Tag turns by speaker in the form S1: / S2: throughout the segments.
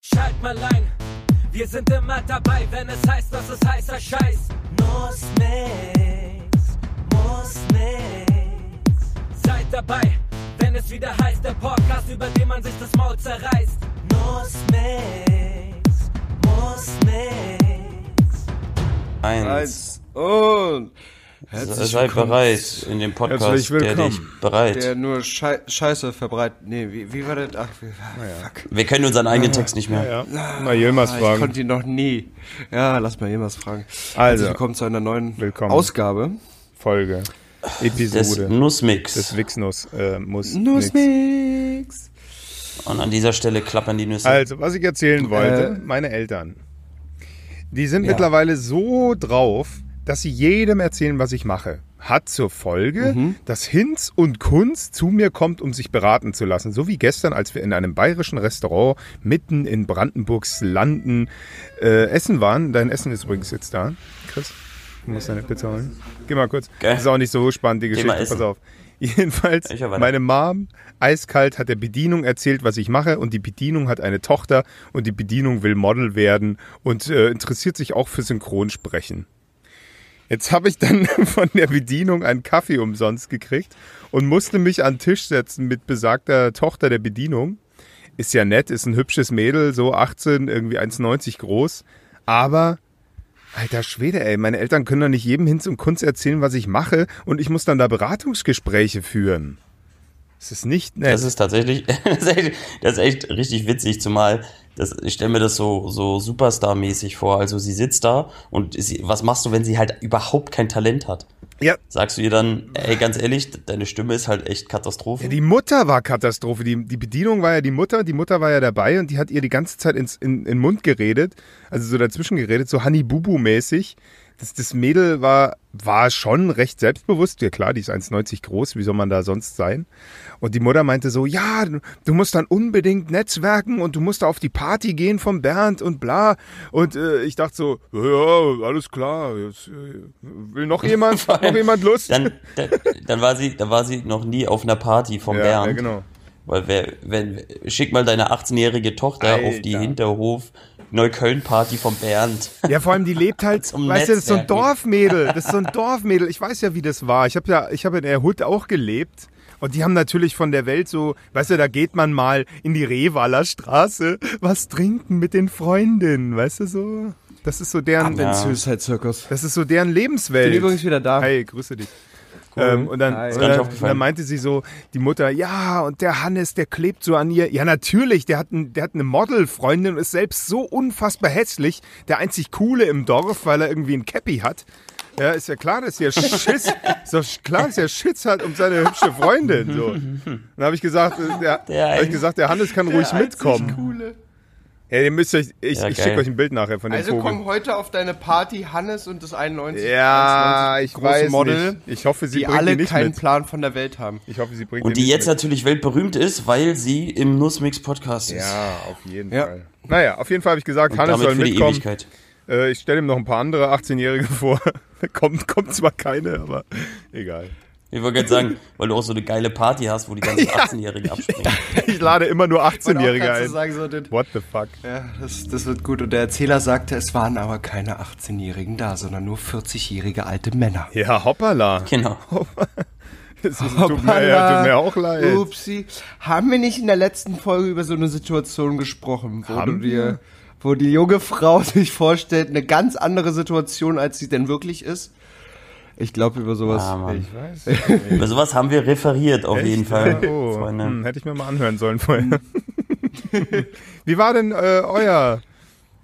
S1: schalt mal ein. Wir sind immer dabei, wenn es heißt, dass es heißer Scheiß.
S2: Muss nix, muss nix,
S1: Seid dabei, wenn es wieder heißt, der Podcast, über den man sich das Maul zerreißt.
S2: muss nix, muss nix.
S3: Eins. Also
S4: Eins und herzlich
S3: Seid
S4: willkommen.
S3: bereit in dem Podcast,
S4: Herzlich
S3: der
S4: willkommen.
S3: dich bereit.
S4: Der nur Schei Scheiße verbreitet. Nee, wie, wie war das? Ach, wie, fuck.
S3: Wir kennen unseren eigenen Text nicht mehr.
S5: Ja. Mal Jilmas
S4: Ah, Ich
S5: fragen.
S4: konnte ihn noch nie. Ja, lass mal jemals fragen. Also,
S5: Also.
S4: willkommen zu einer neuen
S5: Willkommen.
S4: Ausgabe.
S5: Folge.
S3: Des
S5: Episode.
S3: Nussmix.
S5: Des Wixnuss äh, muss. nix.
S4: Nussmix.
S3: Und an dieser Stelle klappern die Nüsse.
S5: Also, was ich erzählen wollte, meine Eltern. Die sind mittlerweile so drauf, dass sie jedem erzählen, was ich mache. Hat zur Folge, dass Hinz und Kunz zu mir kommt, um sich beraten zu lassen. So wie gestern, als wir in einem bayerischen Restaurant mitten in Brandenburgs Landen äh, essen waren. Dein Essen ist übrigens jetzt da, Chris. Du musst deine Pizza holen. Geh mal kurz.
S3: Geil.
S5: Das ist auch nicht so spannend, die Geschichte.
S3: mal
S5: Pass
S3: essen.
S5: auf. Jedenfalls,
S3: Ich hab eine.
S5: meine Mom, eiskalt, hat der Bedienung erzählt, was ich mache und die Bedienung hat eine Tochter und die Bedienung will Model werden und äh, interessiert sich auch für Synchronsprechen. Jetzt habe ich dann von der Bedienung einen Kaffee umsonst gekriegt und musste mich an den Tisch setzen mit besagter Tochter der Bedienung. Ist ja nett, ist ein hübsches Mädel, so 18, irgendwie 1,90 groß. Aber Alter Schwede, ey, meine Eltern können doch nicht jedem Hinz und Kunz erzählen, was ich mache und ich muss dann da Beratungsgespräche führen. Es ist nicht nett.
S3: Das ist tatsächlich, das ist echt, das ist echt richtig witzig, zumal das, ich stelle mir das so, so Superstar-mäßig vor. Also sie sitzt da und sie, was machst du, wenn sie halt überhaupt kein Talent hat?
S5: ja,
S3: Sagst du ihr dann, ey, ganz ehrlich, deine Stimme ist halt echt Katastrophe.
S5: ja, die Mutter war Katastrophe. Die, die Bedienung war ja die Mutter, die Mutter war ja dabei und die hat ihr die ganze Zeit ins, in, in den Mund geredet, also so dazwischen geredet, so Honey Bubu mäßig. Das, das Mädel war, war schon recht selbstbewusst. Ja klar, die ist 1,90 groß, wie soll man da sonst sein? Und die Mutter meinte so, ja, du- du musst dann unbedingt netzwerken und du musst auf die Party gehen von Bernd und bla. Und äh, ich dachte so, ja, alles klar, jetzt, äh, will noch jemand, noch jemand Lust?
S3: Dann, dann, dann war sie, dann war sie noch nie auf einer Party vom
S5: ja,
S3: Bernd.
S5: ja, genau.
S3: Weil wer, wenn, schick mal deine 18-jährige Tochter auf die
S5: Alter.
S3: Hinterhof Neukölln-Party vom Bernd.
S5: Ja, vor allem die lebt halt,
S3: Zum
S5: weißt du, das ist so ein
S3: Netzwerken.
S5: Dorfmädel, das ist so ein Dorfmädel. Ich weiß ja, wie das war. Ich habe ja, ich habe in der Hut auch gelebt. Und die haben natürlich von der Welt so, weißt du, da geht man mal in die Rehwaler Straße, was trinken mit den Freundinnen, weißt du so? Das ist so deren,
S4: Den
S3: Ja.
S4: Suicide Circus.
S5: das ist so deren Lebenswelt.
S4: Bin übrigens wieder da.
S5: Hey, grüße dich. Ähm, und dann,
S4: Hi.
S5: und
S4: Ist
S3: gar nicht
S5: dann, und
S3: aufgefallen.
S5: dann meinte sie so, die Mutter, ja, und der Hannes, der klebt so an ihr. Ja, natürlich, der hat, ein, der hat eine Modelfreundin und ist selbst so unfassbar hässlich. Der einzig Coole im Dorf, weil er irgendwie ein Cappy hat. Ja, ist ja klar, dass er Schiss, ist doch klar, dass er Schiss hat um seine hübsche Freundin. So. Dann habe ich gesagt, äh, der,
S3: Der
S5: hab ich
S3: ein-
S5: gesagt, der Hannes kann ruhig mitkommen.
S4: Coole.
S5: Ja, ihr müsst euch, ich,
S3: Ja,
S5: ich
S3: geil.
S5: schicke euch ein Bild nachher von dem
S4: Also
S5: Vogel.
S4: komm heute auf deine Party Hannes und das 91.
S5: Ja, ich
S4: große
S5: weiß
S4: Model,
S5: nicht. Ich hoffe, sie
S4: die
S5: bringt
S4: alle
S5: ihn nicht
S4: keinen
S5: mit.
S4: Plan von der Welt haben.
S5: Ich hoffe, sie bringt
S3: Und
S5: ihn
S3: die
S5: nicht
S3: jetzt
S5: mit.
S3: natürlich weltberühmt ist, weil sie im Nussmix-Podcast ist.
S5: Ja, auf jeden
S4: Ja.
S5: Fall. Naja, auf jeden Fall habe ich gesagt, Hannes
S3: Damit
S5: soll
S3: für die
S5: mitkommen.
S3: Ewigkeit.
S5: Äh, ich stelle ihm noch ein paar andere 18-Jährige vor. kommt, kommt zwar keine, aber egal.
S3: Ich wollte gerade sagen, weil du auch so eine geile Party hast, wo die ganzen 18-Jährigen abspringen.
S5: Ich lade immer nur 18-Jährige
S4: Auch dazu
S5: ein.
S4: sagen, so, das-
S5: What the fuck?
S4: Ja, das, das wird gut. Und der Erzähler sagte, es waren aber keine 18-Jährigen da, sondern nur 40-jährige alte Männer.
S5: Ja, hoppala.
S3: Genau.
S5: Es ist, tut, mir, ja, tut mir auch leid.
S4: Upsi. Haben wir nicht in der letzten Folge über so eine Situation gesprochen, wo
S5: Haben
S4: du dir, wo die junge Frau sich vorstellt, eine ganz andere Situation, als sie denn wirklich ist? Ich glaube über sowas.
S3: Ah, Mann.
S5: weiß.
S3: Über sowas haben wir referiert, auf jeden Fall, ne?
S5: Oh,
S3: Freunde.
S5: hm, hätte ich mir mal anhören sollen vorher.
S3: Hm.
S5: Wie war denn äh, euer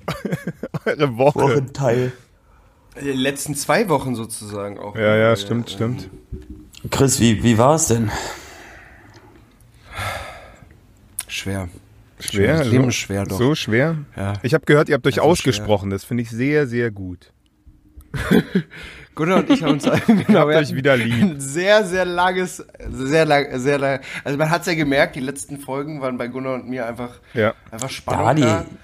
S5: eure Woche?
S3: Wochenteil.
S4: In den letzten zwei Wochen sozusagen auch.
S5: Ja, ja, stimmt, stimmt.
S3: Chris, wie, wie war es denn?
S4: Schwer.
S5: Schwer,
S4: Das Leben ist schwer doch.
S5: So schwer?
S4: Ja.
S5: Ich habe gehört, ihr habt euch
S4: Also
S5: ausgesprochen. Das finde ich sehr, sehr gut.
S4: Gunnar und ich haben uns genau, wir
S5: euch
S4: hatten
S5: wieder lieb.
S4: Ein sehr, sehr langes, sehr lang, sehr lang. Also man hat's ja gemerkt, die letzten Folgen waren bei Gunnar und mir einfach,
S5: Ja.
S4: einfach
S3: Da war,
S4: spannend.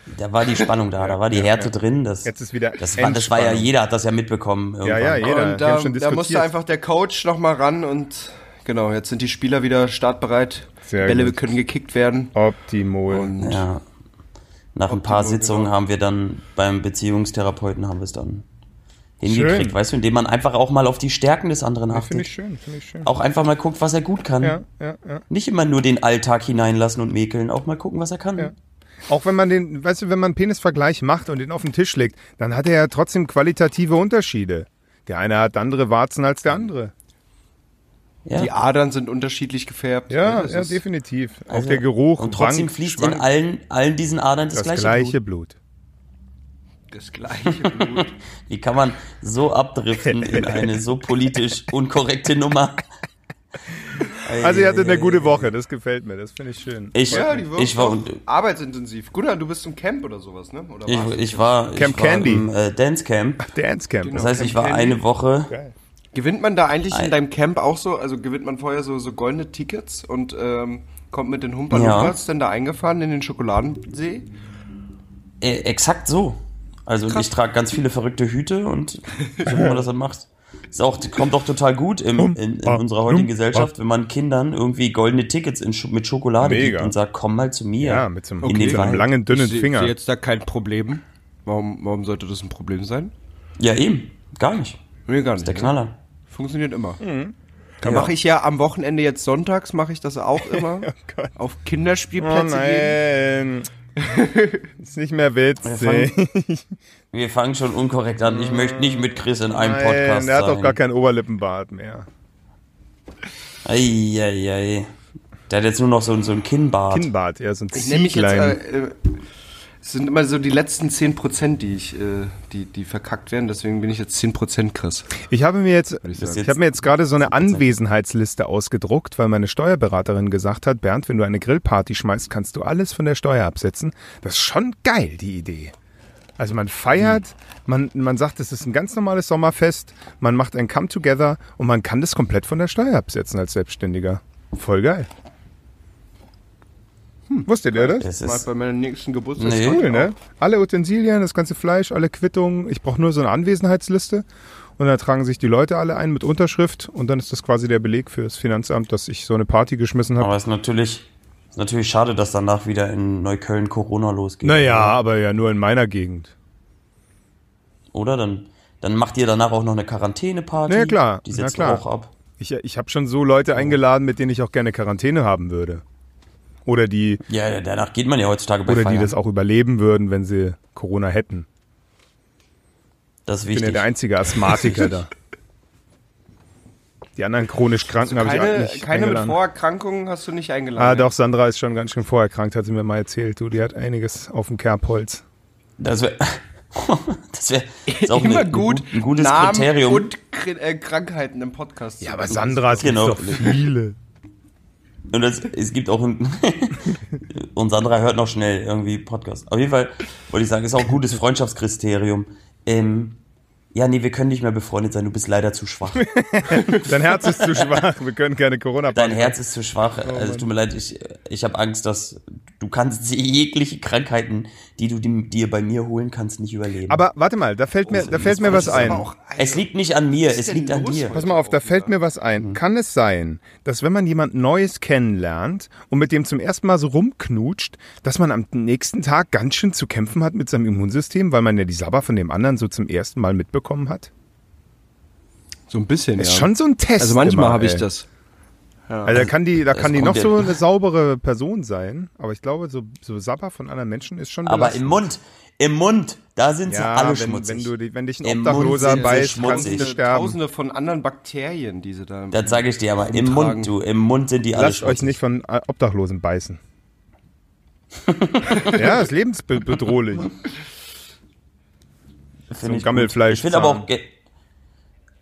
S3: die, da war die Spannung da, da war die Härte drin. Das,
S5: Jetzt ist wieder
S3: das, war, das war ja,
S5: Entspannung.
S3: jeder hat das ja mitbekommen.
S5: Ja,
S3: Irgendwann.
S5: ja, jeder.
S4: und
S5: Wir haben
S4: da,
S5: schon
S4: da musste
S5: diskutiert.
S4: einfach der Coach nochmal ran und genau, jetzt sind die Spieler wieder startbereit.
S5: Sehr
S4: Bälle
S5: gut. Oh.
S4: können gekickt werden.
S5: Optimol.
S4: Und
S3: Ja. Nach ein paar
S5: Optimal,
S3: Sitzungen
S5: genau.
S3: haben wir dann beim Beziehungstherapeuten haben wir es dann hingekriegt, weißt du, indem man einfach auch mal auf die Stärken des anderen
S5: Ja, Finde
S3: achtet.
S5: ich schön, finde ich schön.
S3: auch einfach mal guckt, was er gut kann.
S5: Ja, ja, ja.
S3: Nicht immer nur den Alltag hineinlassen und mäkeln, auch mal gucken, was er kann.
S5: Ja. Auch wenn man den, weißt du, wenn man einen Penisvergleich macht und den auf den Tisch legt, dann hat er ja trotzdem qualitative Unterschiede. Der eine hat andere Warzen als der andere.
S3: Ja.
S4: Die Adern sind unterschiedlich gefärbt.
S5: Ja,
S4: das
S5: ja,
S4: ist-
S5: definitiv. auch
S3: Also-
S5: der Geruch
S3: Und trotzdem
S5: wankt,
S3: fließt in
S5: schwankt.
S3: allen, allen diesen Adern das,
S5: das
S3: gleiche,
S5: gleiche
S3: Blut.
S5: Blut.
S4: Das gleiche Blut.
S3: Wie kann man so abdriften in eine so politisch unkorrekte Nummer?
S5: Also ihr hattet eine gute Woche, das gefällt mir, das finde ich schön.
S3: Ich,
S4: ja, die Woche
S3: ich war,
S4: auch
S3: und,
S4: arbeitsintensiv. Gunnar, du bist im Camp oder sowas, ne? Oder
S3: ich,
S4: warst du?
S3: ich war, ich
S5: Camp
S3: war
S5: Candy.
S3: im äh, Dancecamp.
S5: Dancecamp.
S3: Das heißt, ich war eine Woche.
S5: Geil.
S4: Gewinnt man da eigentlich
S3: Ein-
S4: in deinem Camp auch so, also gewinnt man vorher so, so goldene Tickets und ähm, kommt mit den Humperlumpers dann da eingefahren in den Schokoladensee?
S3: Äh, exakt so. Also ich trage ganz viele verrückte Hüte und so wie man das dann macht. Ist auch, kommt auch total gut im, in, in unserer heutigen Gesellschaft, wenn man Kindern irgendwie goldene Tickets in, Sch- mit Schokolade
S5: Mega.
S3: gibt und sagt, komm mal zu mir.
S5: Ja, mit so einem,
S3: in
S5: mit
S3: den
S5: so einem
S3: Wald.
S5: langen, dünnen
S4: Ich seh-
S5: Finger.
S4: seh jetzt da kein Problem. Warum, warum sollte das ein Problem sein?
S3: Ja, eben. Gar nicht.
S4: Nee, gar nicht.
S3: Der
S4: ne?
S3: Knaller.
S4: Funktioniert immer.
S5: Mhm.
S3: Ja.
S4: Dann mache ich ja am Wochenende jetzt sonntags, mache ich das auch immer.
S5: Gott.
S4: auf
S5: oh
S4: Kinderspielplätze gehen.
S5: nein. ist nicht mehr witzig.
S3: Wir fangen schon unkorrekt an. Ich möchte nicht mit Chris in einem
S5: Nein,
S3: Podcast
S5: der hat
S3: sein.
S5: doch gar keinen Oberlippenbart mehr.
S3: Eieiei. Der hat jetzt nur noch so, so ein Kinnbart.
S5: Kinnbart, ja, so ein
S4: Ich nehme mich jetzt,
S5: Zieglein.
S4: äh, äh, es sind immer so die letzten 10%, die ich, äh, die, die verkackt werden, deswegen bin ich jetzt 10% Chris.
S5: Ich habe mir jetzt, ich
S4: sagen.
S5: habe mir jetzt gerade so eine Anwesenheitsliste ausgedruckt, weil meine Steuerberaterin gesagt hat, Bernd, wenn du eine Grillparty schmeißt, kannst du alles von der Steuer absetzen. Das ist schon geil, die Idee. Also man feiert, man, man sagt, es ist ein ganz normales Sommerfest, man macht ein Come-Together und man kann das komplett von der Steuer absetzen als Selbstständiger. Voll geil. Hm. Wusstet ihr das?
S3: Das
S4: Mal
S3: ist,
S4: bei meiner nächsten Geburtstag.
S3: Nee.
S5: Cool, ne? Alle Utensilien, das ganze Fleisch, alle Quittungen. Ich brauche nur so eine Anwesenheitsliste. Und dann tragen sich die Leute alle ein mit Unterschrift. Und dann ist das quasi der Beleg für das Finanzamt, dass ich so eine Party geschmissen habe.
S3: aber es ist natürlich, ist natürlich schade, dass danach wieder in Neukölln Corona losgeht.
S5: Naja, aber ja nur in meiner Gegend.
S3: Oder? Dann, dann macht ihr danach auch noch eine Quarantäneparty.
S5: Na ja, klar.
S3: Die
S5: Na
S3: setzt
S5: klar.
S3: auch ab.
S5: Ich, ich habe schon so Leute eingeladen, mit denen ich auch gerne Quarantäne haben würde. Oder die,
S3: Ja, danach geht man ja heutzutage bei
S5: oder die
S3: Feiern.
S5: das auch überleben würden, wenn sie Corona hätten.
S3: das ist
S5: Ich bin ja
S3: wichtig.
S5: der einzige Asthmatiker da. Die anderen chronisch Kranken habe ich auch
S4: Also Keine,
S5: nicht
S4: keine mit
S5: eingeladen.
S4: Vorerkrankungen hast du nicht eingeladen.
S5: Ah, doch, Sandra ist schon ganz schön vorerkrankt, hat sie mir mal erzählt. Du, die hat einiges auf dem Kerbholz.
S3: das wäre das wär, ist auch
S4: Immer
S3: eine,
S4: gut,
S3: ein, gut- ein gutes
S4: Namen
S3: Kriterium.
S4: und Kri- äh, Krankheiten im Podcast. zu machen.
S5: Sandra
S3: gibt's Genau.
S5: doch
S3: doch
S5: viele.
S3: Und es, es gibt auch ein. und Sandra hört noch schnell irgendwie Podcast. Auf jeden Fall wollte ich sagen, ist auch ein gutes Freundschaftskriterium. Ähm, ja, nee, wir können nicht mehr befreundet sein, du bist leider zu schwach.
S5: Dein Herz ist zu schwach, wir können keine corona
S3: Dein Herz ist zu schwach.
S5: Oh,
S3: Also tut mir leid, ich, ich habe Angst, dass du kannst jegliche Krankheiten, die du die- dir bei mir holen kannst, nicht überleben.
S5: Aber also, warte mal, da fällt mir, da fällt mir was ein.
S4: Aber auch-
S3: es liegt nicht an mir, es
S4: denn
S3: liegt an
S4: los
S3: dir.
S5: Pass mal auf, da fällt mir was
S4: Mhm.
S5: ein. Kann es sein, dass wenn man jemand Neues kennenlernt und mit dem zum ersten Mal so rumknutscht, dass man am nächsten Tag ganz schön zu kämpfen hat mit seinem Immunsystem, weil man ja die Sabber von dem anderen so zum ersten Mal mitbekommen hat?
S4: So ein bisschen,
S5: Ist
S4: ja.
S5: schon so ein Test.
S4: also manchmal
S5: immer,
S4: habe ich
S5: ey.
S4: das.
S5: Also da kann die, da
S3: Das
S5: kann die noch
S3: kommt
S5: so
S3: ja-
S5: eine saubere Person sein, aber ich glaube, so, so Sapper von anderen Menschen ist schon
S3: Aber im
S5: belastend.
S3: Mund, im Mund, da sind sie
S5: ja,
S3: alle
S5: wenn,
S3: schmutzig.
S5: Wenn, du, die- wenn dich ein
S3: Im Mund
S5: Obdachloser
S3: sind sie
S5: beißt, kannst
S3: schmutzig.
S5: du
S4: Tausende,
S5: sterben.
S4: Tausende von anderen Bakterien, diese da.
S3: das sage ich dir aber, im
S4: Umtragen.
S3: Mund, du, im Mund sind die alle
S5: Lasst euch
S3: schmutzig.
S5: nicht von äh, Obdachlosen beißen. ja, ist lebensbedrohlich.
S3: Find
S5: So
S3: ich
S5: Gammelfleisch
S3: gut. Ich finde aber
S5: zahlen.
S3: auch ge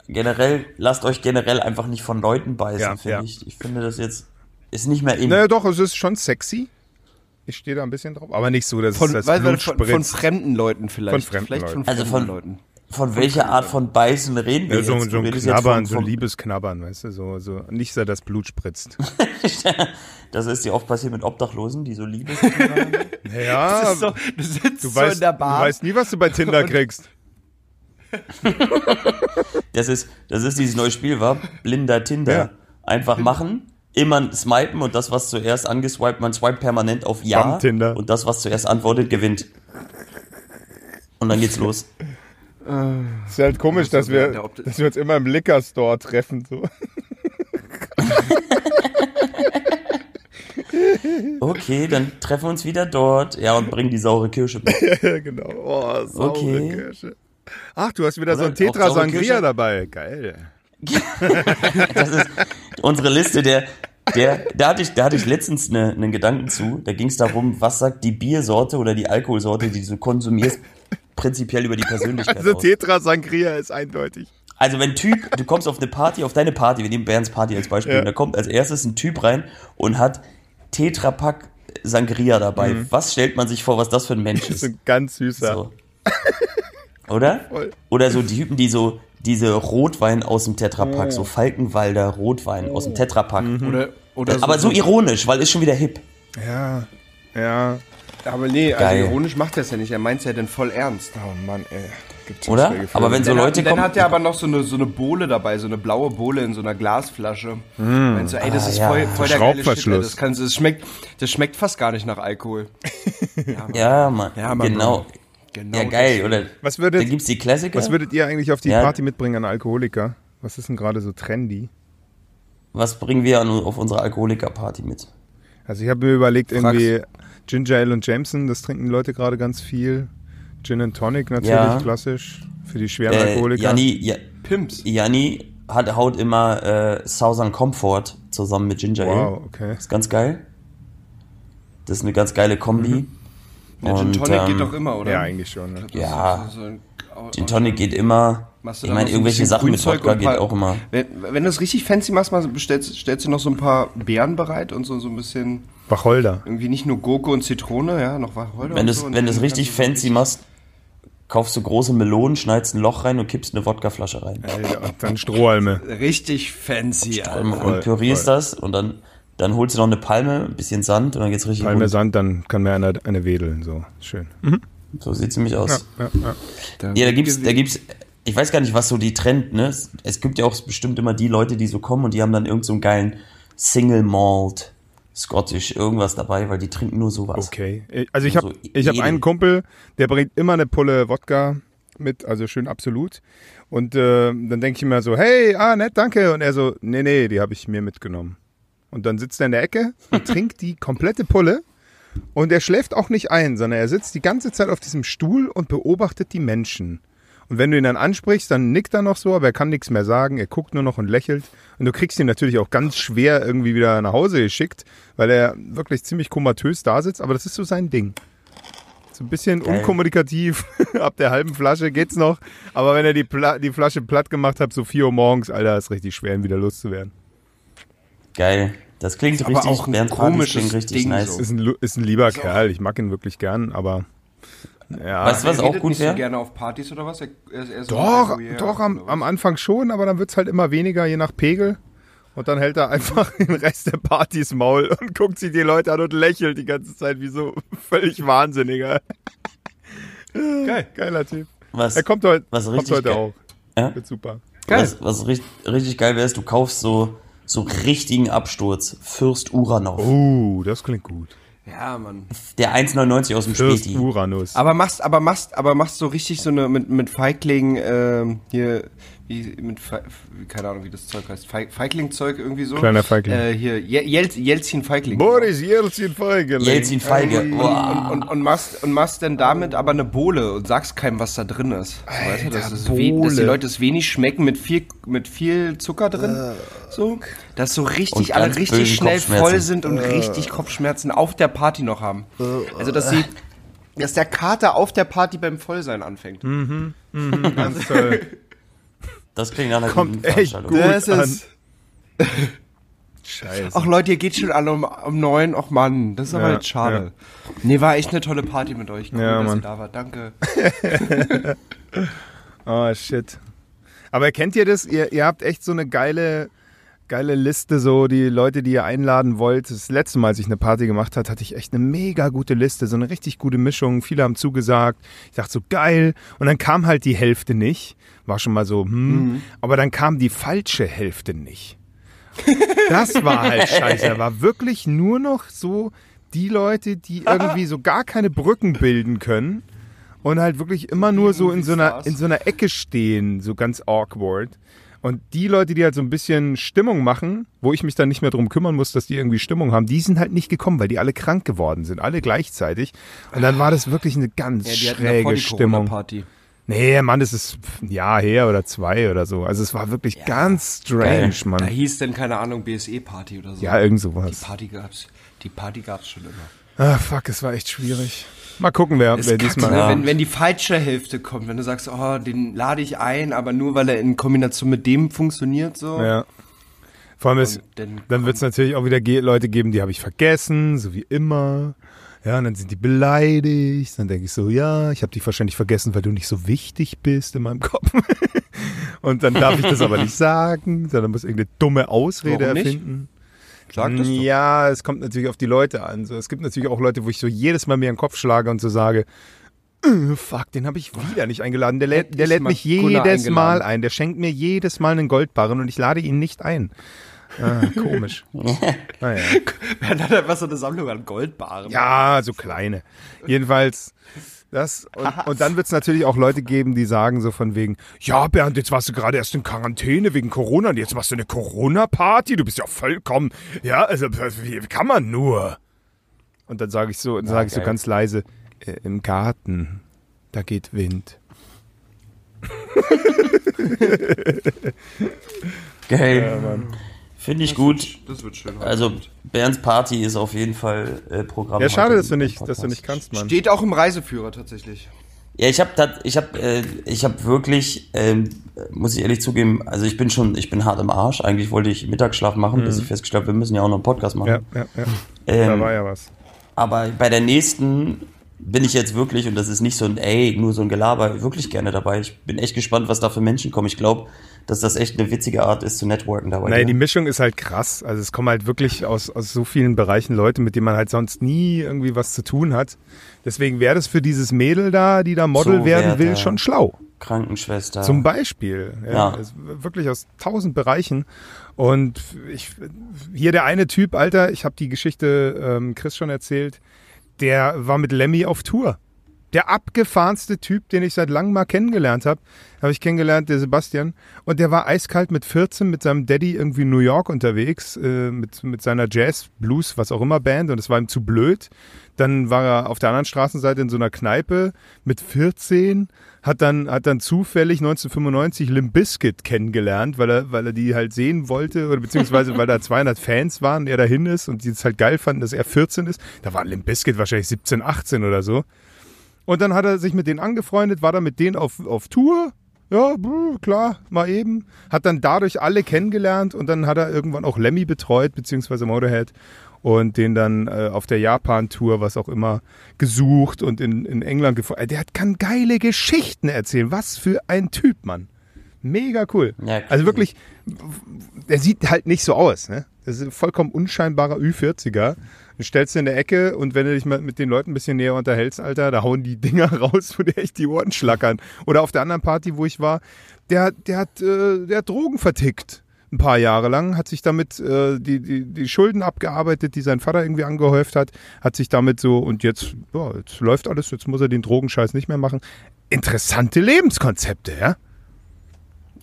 S3: generell, lasst euch generell einfach nicht von Leuten beißen,
S5: Ja,
S3: finde
S5: ja.
S3: ich. Ich finde das jetzt, ist nicht mehr in.
S5: Naja, doch, es ist schon sexy. Ich stehe da ein bisschen drauf, aber nicht so, dass
S4: von,
S5: es das
S4: weil- weil
S5: Blut
S4: von, von
S5: spritzt.
S4: fremden Leuten vielleicht.
S5: Von fremden
S4: vielleicht
S5: Leuten.
S4: Von
S3: Also
S4: fremden
S3: von-
S4: Leuten.
S3: Von welcher Art von Beißen reden wir
S5: Ja, so,
S3: jetzt?
S5: so ein
S3: Du redest jetzt
S5: Knabbern,
S3: von-
S5: so ein
S3: von-
S5: Liebesknabbern, weißt du, so, so nicht, dass das Blut spritzt.
S3: Das ist ja oft passiert mit Obdachlosen, die so Liebes.
S5: Ja,
S4: Das ist so, Ah, du sitzt
S5: du,
S4: so
S5: weißt,
S4: in der Bar.
S5: du weißt nie, was du bei Tinder kriegst.
S3: das ist, das ist dieses neue Spiel, war? Blinder Tinder.
S5: Ja.
S3: Einfach machen, immer swipen und das, was zuerst angeswiped, man swipet permanent auf Ja
S5: Bam, Tinder.
S3: und das, was zuerst antwortet, gewinnt. Und dann geht's los.
S5: Ist halt komisch, dass wir,
S4: der Opti-
S5: dass wir uns immer im Liquor Store treffen. So.
S3: Okay, dann treffen wir uns wieder dort. Ja, und bringen die saure Kirsche mit.
S5: Ja, genau. Oh, saure
S3: Okay.
S5: Kirsche. Ach, du hast wieder so ein
S3: Oder? Auch
S5: Tetra
S3: saure
S5: Sangria
S3: Kirsche?
S5: dabei. Geil.
S3: Das ist unsere Liste der. Der, da, hatte ich, da hatte ich letztens ne- einen Gedanken zu. Da ging es darum, was sagt die Biersorte oder die Alkoholsorte, die du konsumierst, prinzipiell über die Persönlichkeit
S5: Also
S3: aus.
S5: Tetra Sangria ist eindeutig.
S3: Also wenn Typ, du kommst auf eine Party, auf deine Party, wir nehmen Bernds Party als Beispiel,
S5: Ja.
S3: und da kommt als erstes ein Typ rein und hat Tetrapack Sangria dabei. Was stellt man sich vor, was das für ein Mensch
S5: Mhm. Das ist
S3: ist?
S5: ein ganz süßer.
S3: So. Oder?
S5: Voll.
S3: Oder so die Typen, die so diese Rotwein aus dem Tetrapack,
S5: Oh.
S3: so Falkenwalder Rotwein aus dem Tetrapack.
S5: Mhm.
S4: Oder, Ne, oder
S3: Aber so ironisch, weil ist schon wieder hip.
S5: Ja, ja.
S4: Aber nee,
S3: Geil.
S4: also ironisch macht er es ja nicht. Er meint es ja denn voll ernst.
S5: Oh Mann, ey. Gibt's
S3: Oder?
S5: schon schräge Filme.
S3: Aber wenn so
S4: dann
S3: Also Leute
S4: hat, dann
S3: kommen.
S4: hat er aber noch so eine, so eine Bohle dabei, so eine blaue Bohle in so einer Glasflasche. Meinst du, ey, das
S3: Ah,
S4: ist
S3: ja.
S4: voll, voll der geile Shit, ey,
S5: Schraubverschluss.
S4: das, kannst, du- das, schmeckt, das schmeckt fast gar nicht nach Alkohol.
S3: ja, Mann.
S4: Ja, Mann,
S3: genau.
S4: Bro. Genau
S3: Ja, geil,
S4: das.
S3: oder?
S5: Was würdet-
S3: Dann gibt's die Klassiker.
S5: Was würdet ihr eigentlich auf die
S3: Ja.
S5: Party mitbringen an Alkoholiker? Was ist denn gerade so trendy?
S3: Was bringen wir an, auf unsere Alkoholiker-Party mit?
S5: Also ich habe mir überlegt, irgendwie Ginger Ale und Jameson, das trinken die Leute gerade ganz viel. Gin and Tonic natürlich,
S3: Ja.
S5: klassisch. Für die schweren
S3: Äh,
S5: Alkoholiker.
S3: Janni, ja,
S4: Pimps.
S3: Janni hat, haut immer äh, Southern Comfort zusammen mit Ginger Ale.
S5: Wow, okay.
S3: Ist ganz geil. Das ist eine ganz geile Kombi.
S4: Der Mhm. Gin
S3: Und,
S4: Tonic
S3: ähm,
S4: geht doch immer, oder?
S5: Ja, eigentlich schon. Ne?
S4: Das ist
S3: Ja.
S4: so ein- oh,
S3: Gin Tonic geht immer.
S4: Machst du
S3: Ich
S4: da noch
S3: meine,
S4: so ein
S3: irgendwelche
S4: bisschen
S3: Sachen mit
S4: Grünzeug
S3: Wodka
S4: und ein paar-
S3: geht auch immer.
S4: Wenn, wenn du es richtig fancy machst, mal stellst, stellst du noch so ein paar Beeren bereit und so, so ein bisschen,
S5: Wacholder.
S4: irgendwie nicht nur Gurke und Zitrone, ja, noch Wacholder
S3: Wenn
S4: und
S3: du
S4: so.
S3: es
S4: und
S3: wenn
S4: dann
S3: du's richtig
S4: kannst du-
S3: fancy machst, kaufst du große Melonen, schneidest ein Loch rein und kippst eine Wodkaflasche rein.
S5: Ja, und dann Strohhalme.
S4: Richtig fancy, ja.
S3: und
S5: voll,
S3: und pürierst
S5: voll.
S3: das und dann, dann holst du noch eine Palme, ein bisschen Sand und dann geht's richtig rund.
S5: Parmesan, dann kann mir einer eine wedeln. So, schön. Mhm.
S3: So sieht's nämlich aus.
S5: Ja, ja.
S3: Ja, da gibt's, da gibt's, ich weiß gar nicht, was so die Trend, ne? Es, es gibt ja auch bestimmt immer die Leute, die so kommen und die haben dann irgend so einen geilen Single Malt, Scottish, irgendwas dabei, weil die trinken nur sowas.
S5: Okay. Äh, Also ich habe
S3: Also
S5: ich hab
S3: edel.
S5: einen Kumpel, der bringt immer eine Pulle Wodka mit, also schön absolut. Und äh, dann denke ich immer so, hey, ah, nett, danke. Und er so, nee, nee, die habe ich mir mitgenommen. Und dann sitzt er in der Ecke und trinkt die komplette Pulle. Und er schläft auch nicht ein, sondern er sitzt die ganze Zeit auf diesem Stuhl und beobachtet die Menschen. Und wenn du ihn dann ansprichst, dann nickt er noch so, aber er kann nichts mehr sagen. Er guckt nur noch und lächelt. Und du kriegst ihn natürlich auch ganz schwer irgendwie wieder nach Hause geschickt, weil er wirklich ziemlich komatös da sitzt. Aber das ist so sein Ding. So ein bisschen unkommunikativ. Ab der halben Flasche geht's noch. Aber wenn er die, Pla die Flasche platt gemacht hat, so 4 Uhr morgens, Alter, ist richtig schwer, ihn wieder loszuwerden.
S3: Geil. Das klingt
S4: aber
S3: richtig,
S4: auch ein
S3: Bernds Partys
S4: komisches
S3: klingen richtig
S4: Ding
S3: nice.
S4: so.
S5: Ist ein, lu- ist ein lieber Kerl. Ich mag ihn wirklich gern, aber. Ja.
S3: Weißt du, was
S4: Er
S3: auch
S4: redet
S3: gut
S4: nicht so
S3: wäre?
S4: gerne auf Partys oder was? Er, er, ist eher so ein
S5: Doch,
S4: Voyeur
S5: doch am,
S4: oder was?
S5: am Anfang schon, aber dann wird's halt immer weniger, je nach Pegel. Und dann hält er einfach den Rest der Partys Maul und guckt sich die Leute an und lächelt die ganze Zeit wie so völlig Wahnsinniger. Geil. Geiler Typ.
S3: Was,
S5: Er kommt heute,
S3: was
S5: kommt
S3: richtig
S5: heute
S3: geil-
S5: auch.
S3: Ja?
S5: Wird super.
S3: was, was richtig, richtig geil wäre, ist, du kaufst so, so richtigen Absturz. Fürst Uranov.
S4: Oh.
S5: Uh, das klingt gut.
S4: Ja, Mann.
S3: Der 1,99 aus dem
S5: Fürst
S3: Späti.
S5: Uranus.
S4: Aber machst, aber machst, aber machst so richtig so eine mit, mit Feigling ähm, hier wie mit Fe, keine Ahnung wie das Zeug heißt Feig, Feiglingzeug irgendwie so.
S5: Kleiner Feigling.
S4: Äh, hier Je, Jel, Jelzin Feigling.
S5: Boris Jelzin Feigele.
S3: Jelzin Feige. Boah.
S4: Und, und, machst, und machst dann damit aber eine Bohle und sagst keinem, was da drin ist. So, weißt du, dass, es we, dass die
S5: Bohle.
S4: Leute es wenig schmecken mit viel, mit viel Zucker drin.
S5: Äh,
S4: so. Dass so
S3: Und
S4: richtig
S3: ganz
S4: alle richtig
S3: bösen
S4: schnell
S3: Kopfschmerzen.
S4: voll sind
S5: Äh.
S4: und richtig Kopfschmerzen auf der Party noch haben. Also dass sie.
S5: äh.
S4: Dass der Kater auf der Party beim Vollsein anfängt.
S5: Mhm. Ganz toll.
S3: Das klingt nach einer guten
S5: Kommt echt
S3: Veranstaltung.
S5: gut
S4: Das
S5: an.
S4: ist-
S5: Scheiße.
S4: Ach Leute, ihr geht schon alle um, um neun. Ach Mann, das ist aber
S5: Ja,
S4: jetzt schade. Nee, war echt eine tolle Party mit euch. Cool,
S5: Ja,
S4: dass
S5: Mann.
S4: ihr da wart. Danke.
S5: Oh, shit. Aber kennt ihr das? Ihr, ihr habt echt so eine geile, geile Liste, so die Leute, die ihr einladen wollt. Das letzte Mal, als ich eine Party gemacht hat, hatte ich echt eine mega gute Liste, so eine richtig gute Mischung. Viele haben zugesagt. Ich dachte so, geil. Und dann kam halt die Hälfte nicht. War schon mal so, hm. Aber dann kam die falsche Hälfte nicht. Das war halt scheiße. Da war wirklich nur noch so die Leute, die irgendwie so gar keine Brücken bilden können und halt wirklich immer nur so in so einer, in so einer Ecke stehen, so ganz awkward. Und die Leute, die halt so ein bisschen Stimmung machen, wo ich mich dann nicht mehr drum kümmern muss, dass die irgendwie Stimmung haben, die sind halt nicht gekommen, weil die alle krank geworden sind, alle gleichzeitig. Und dann war das wirklich eine ganz schräge Stimmung.
S4: Party.
S5: Nee, Mann, das ist ein Jahr her oder zwei oder so. Also es war wirklich ganz strange,
S4: Da
S5: Mann.
S4: hieß denn, keine Ahnung, BSE-Party oder so.
S5: Ja, irgend
S4: Die
S5: sowas.
S4: Party gab's, die Party gab's schon immer.
S5: Ah, fuck, es war echt schwierig. Mal gucken, wer,
S4: Es
S5: wer
S4: ist kacke,
S5: diesmal.
S4: ne?
S3: Ja.
S4: wenn, wenn die falsche Hälfte kommt, wenn du sagst, oh, den lade ich ein, aber nur weil er in Kombination mit dem funktioniert, so.
S5: Ja. Vor allem, ist,
S4: Und dann
S5: dann wird es natürlich auch wieder ge Leute geben, die habe ich vergessen, so wie immer. Ja, und dann sind die beleidigt. Dann denke ich so, ja, ich habe dich wahrscheinlich vergessen, weil du nicht so wichtig bist in meinem Kopf. und dann darf ich das aber nicht sagen, sondern muss irgendeine dumme Ausrede
S4: Warum nicht?
S5: erfinden.
S4: Sag das doch.
S5: Ja, es kommt natürlich auf die Leute an. So, es gibt natürlich auch Leute, wo ich so jedes Mal mir den Kopf schlage und so sage, "Äh, fuck, den habe ich wieder nicht eingeladen. Der, lädt- der
S4: Endlich
S5: lädt
S4: mal
S5: mich
S4: Gunnar
S5: jedes
S4: eingeladen.
S5: Mal ein. Der schenkt mir jedes Mal einen Goldbarren und ich lade ihn nicht ein. Ah, komisch. naja.
S4: Dann hat er was so eine Sammlung an Goldbaren.
S5: Ja, so kleine. Jedenfalls. Das, und, und dann wird es natürlich auch Leute geben, die sagen so von wegen, ja Bernd, jetzt warst du gerade erst in Quarantäne wegen Corona und jetzt machst du eine Corona-Party, du bist ja vollkommen, ja, also wie kann man nur? Und dann sage ich so, dann sage ich so
S4: geil.
S5: ganz leise, äh, im Garten, da geht Wind.
S3: Geil. Finde ich gut.
S4: Das wird schön.
S3: Also Bernds Party ist auf jeden Fall äh, Programm.
S5: Ja, schade,
S3: heute
S5: dass du
S3: im
S5: nicht, dass
S3: Podcast.
S5: du nicht kannst, Mann.
S4: Steht auch im Reiseführer tatsächlich.
S3: Ja, ich habe ich hab, äh, ich hab wirklich, ähm, muss ich ehrlich zugeben, also ich bin schon, ich bin hart im Arsch. Eigentlich wollte ich Mittagsschlaf machen, bis ich festgestellt habe, wir müssen ja auch noch einen Podcast machen.
S5: Ja, ja, Mhm. ja. Da
S3: Ähm,
S5: war ja was.
S3: Aber bei der nächsten bin ich jetzt wirklich, und das ist nicht so ein Ey, nur so ein Gelaber, wirklich gerne dabei. Ich bin echt gespannt, was da für Menschen kommen. Ich glaube, dass das echt eine witzige Art ist zu networken dabei. ne?
S5: Naja, die Mischung ist halt krass. Also es kommen halt wirklich aus, aus so vielen Bereichen Leute, mit denen man halt sonst nie irgendwie was zu tun hat. Deswegen wäre das für dieses Mädel da, die da Model
S3: So
S5: werden
S3: wär
S5: will,
S3: da.
S5: schon schlau.
S3: Krankenschwester.
S5: Zum Beispiel. Ja,
S3: Ja.
S5: Es- wirklich aus tausend Bereichen. Und ich, hier der eine Typ, Alter, ich habe die Geschichte ähm, Chris schon erzählt, der war mit Lemmy auf Tour. Der abgefahrenste Typ, den ich seit langem mal kennengelernt habe, habe ich kennengelernt, der Sebastian. Und der war eiskalt mit 14 mit seinem Daddy irgendwie in New York unterwegs, äh, mit, mit seiner Jazz, Blues, was auch immer Band. Und es war ihm zu blöd. Dann war er auf der anderen Straßenseite in so einer Kneipe mit 14, hat dann, hat dann zufällig 1995 Limp Bizkit kennengelernt, weil er, weil er die halt sehen wollte oder beziehungsweise weil da 200 Fans waren, er dahin ist und die es halt geil fanden, dass er 14 ist. Da war Limp Bizkit wahrscheinlich 17, 18 oder so. Und dann hat er sich mit denen angefreundet, war dann mit denen auf, auf Tour. Ja, buh, klar, mal eben. Hat dann dadurch alle kennengelernt und dann hat er irgendwann auch Lemmy betreut, beziehungsweise Motorhead. Und den dann äh, auf der Japan-Tour, was auch immer, gesucht und in, in England gefunden. Der hat, kann geile Geschichten erzählen. Was für ein Typ, Mann. Mega cool.
S3: Ja, crazy.
S5: also wirklich, der sieht halt nicht so aus, ne? Das ist ein vollkommen unscheinbarer Ü40er. Du stellst ihn in der Ecke und wenn du dich mal mit den Leuten ein bisschen näher unterhältst, Alter, da hauen die Dinger raus, wo dir echt die Ohren schlackern. Oder auf der anderen Party, wo ich war, der, der, hat, äh, der hat Drogen vertickt. Ein paar Jahre lang, hat sich damit äh, die, die, die Schulden abgearbeitet, die sein Vater irgendwie angehäuft hat, hat sich damit so und jetzt, ja, jetzt läuft alles, jetzt muss er den Drogenscheiß nicht mehr machen. Interessante Lebenskonzepte, ja?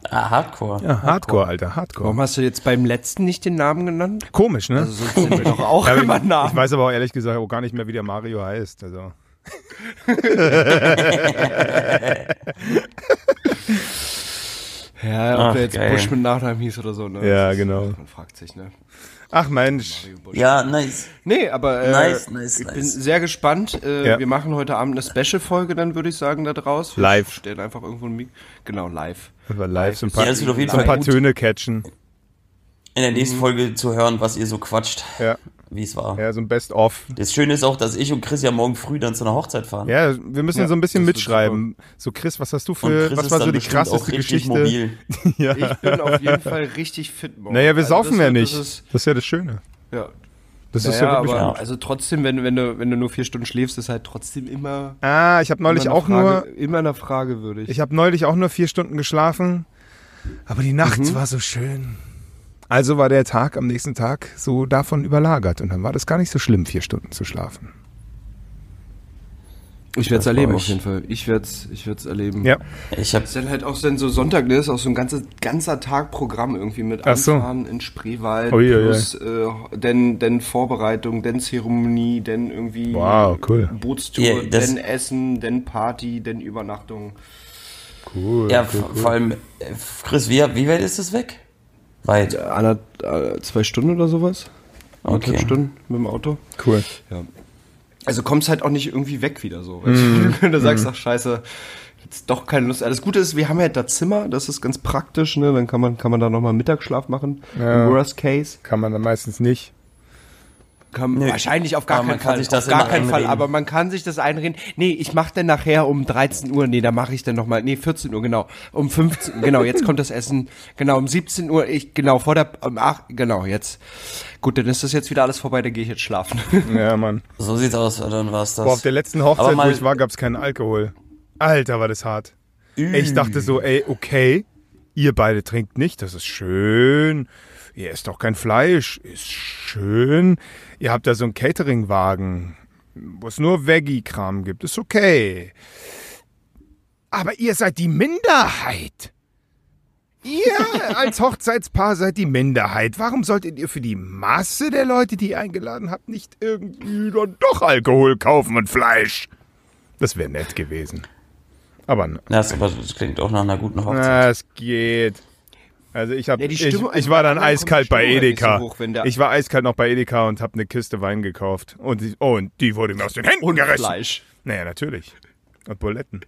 S3: ah, Hardcore.
S5: Ja, Hardcore, Alter, Hardcore.
S4: Warum hast du jetzt beim letzten nicht den Namen genannt?
S5: Komisch, ne?
S4: Also so sind wir doch auch
S5: Ja, aber
S4: immer
S5: ich, ich
S4: Namen.
S5: weiß aber auch ehrlich gesagt auch gar nicht mehr, wie der Mario heißt. Also.
S4: Ja, ob
S3: Ach,
S4: der jetzt
S3: geil.
S4: Bush mit Nachnamen hieß oder so, ne?
S5: Ja,
S4: Das ist-
S5: genau.
S4: Man fragt sich, ne?
S5: Ach Mensch.
S3: Ja, nice.
S4: Nee, aber äh,
S3: Nice, nice,
S4: ich
S3: nice.
S4: bin sehr gespannt. Äh,
S5: Ja.
S4: Wir machen heute Abend eine Special-Folge, dann würde ich sagen, da draus. Wir
S5: Live.
S4: Stellen einfach irgendwo ein Mik Genau, live.
S5: Aber live so ein paar,
S3: Ja, das wird auf jeden
S5: so ein
S3: Fall
S5: paar
S3: gut.
S5: Töne catchen.
S3: In der nächsten Folge zu hören, was ihr so quatscht,
S5: Mhm. Ja,
S3: wie es war.
S5: ja so ein Best-of.
S3: Das Schöne ist auch, dass ich und Chris ja morgen früh dann zu einer Hochzeit fahren.
S5: Ja, wir müssen so ein bisschen
S4: das wird
S5: mitschreiben. So, Chris, was hast du
S3: Und
S5: für,
S3: Chris
S5: was war
S3: dann
S5: so die
S3: bestimmt auch
S5: krasseste
S3: richtig
S5: Geschichte?
S3: Mobil.
S5: ja.
S4: Ich bin auf jeden Fall richtig fit morgen.
S5: Naja,
S4: Also
S5: wir
S4: das
S5: saufen ja
S4: wird-
S5: nicht.
S4: Das
S5: Das
S4: ist,
S5: ist, ja das Schöne.
S4: ja,
S5: Das ist
S4: naja,
S5: ja wirklich.
S4: aber
S3: gut.
S4: also trotzdem, wenn, wenn, du, wenn du nur vier Stunden schläfst, ist halt trotzdem immer,
S5: Ah, ich habe
S4: immer
S5: neulich
S4: eine
S5: auch
S4: Frage,
S5: nur,
S4: immer einer Frage würdig.
S5: ich habe neulich auch nur vier Stunden geschlafen. Aber die Nacht war so schön. Also war der Tag am nächsten Tag so davon überlagert und dann war das gar nicht so schlimm, vier Stunden zu schlafen.
S4: Ich werde es erleben,
S3: war
S4: auf
S3: ich.
S4: jeden Fall. Ich werde es ich werd's erleben.
S5: Ja.
S3: Ich habe
S4: Ist dann halt auch dann so Sonntag, ne? Ist auch so ein ganzer, ganzer Tag Programm irgendwie mit
S5: Ach so.
S4: Anfahren in Spreewald,
S5: Ui, ui, ui.
S4: plus äh, denn, denn Vorbereitung, denn Zeremonie, denn irgendwie
S5: Wow, cool.
S4: Bootstour,
S3: Ja, das-
S4: denn Essen, denn Party, denn Übernachtung.
S5: Cool.
S3: ja v- vor allem äh, Chris, wie, wie weit ist es weg? Weit.
S4: Einer, äh, zwei Stunden oder sowas?
S3: Okay.
S4: Stunden mit dem Auto.
S5: cool.
S4: Ja. Also kommst halt auch nicht irgendwie weg wieder so. Weißt du? Wenn du sagst, ach scheiße, jetzt doch keine Lust. Also das Gute ist, wir haben ja da Zimmer, das ist ganz praktisch, ne? Dann kann man, kann man da nochmal Mittagsschlaf machen.
S5: Ja.
S4: Im Worst Case.
S5: Kann man dann meistens nicht.
S4: Kann, Wahrscheinlich auf gar
S3: Aber man
S4: keinen
S3: kann
S4: Fall.
S3: sich das
S4: auf gar
S3: immer
S4: keinen Fall,
S3: einreden.
S4: aber man kann sich das einreden. Nee, ich mach denn nachher um 13 Uhr, nee, da mache ich dann nochmal, nee, 14 Uhr, genau. Um 15 Uhr, genau, jetzt kommt das Essen. Genau, um 17 Uhr, ich, genau, vor der, um 8, genau, jetzt. Gut, dann ist das jetzt wieder alles vorbei, dann gehe ich jetzt schlafen.
S5: Ja, Mann.
S3: So sieht's aus, dann war's das.
S5: Boah, auf der letzten
S3: Aber
S5: Hochzeit,
S3: mal-
S5: wo ich war, gab es keinen Alkohol. Alter, war das hart. Ey, Ich dachte so, ey, okay, ihr beide trinkt nicht, das ist schön. Ihr esst auch kein Fleisch, ist schön. Ihr habt da so einen Cateringwagen, wo es nur Veggie-Kram gibt, ist okay. Aber ihr seid die Minderheit. Ihr als Hochzeitspaar seid die Minderheit. Warum solltet ihr für die Masse der Leute, die ihr eingeladen habt, nicht irgendwie dann doch Alkohol kaufen und Fleisch? Das wäre nett gewesen. Aber n-
S3: Ja, das, aber das klingt auch nach einer guten Hochzeit.
S5: na, es geht. Also ich habe
S4: Ja, die
S5: ich,
S4: Stimmung-
S5: ich war dann
S4: Dann kommt die
S5: eiskalt bei
S4: Stimmung halt nicht so
S5: Edeka.
S4: hoch, wenn der-
S5: ich war eiskalt noch bei Edeka und habe eine Kiste Wein gekauft und die, oh, und die wurde mir aus den Händen gerissen.
S4: Fleisch.
S5: Naja, natürlich. Und Buletten.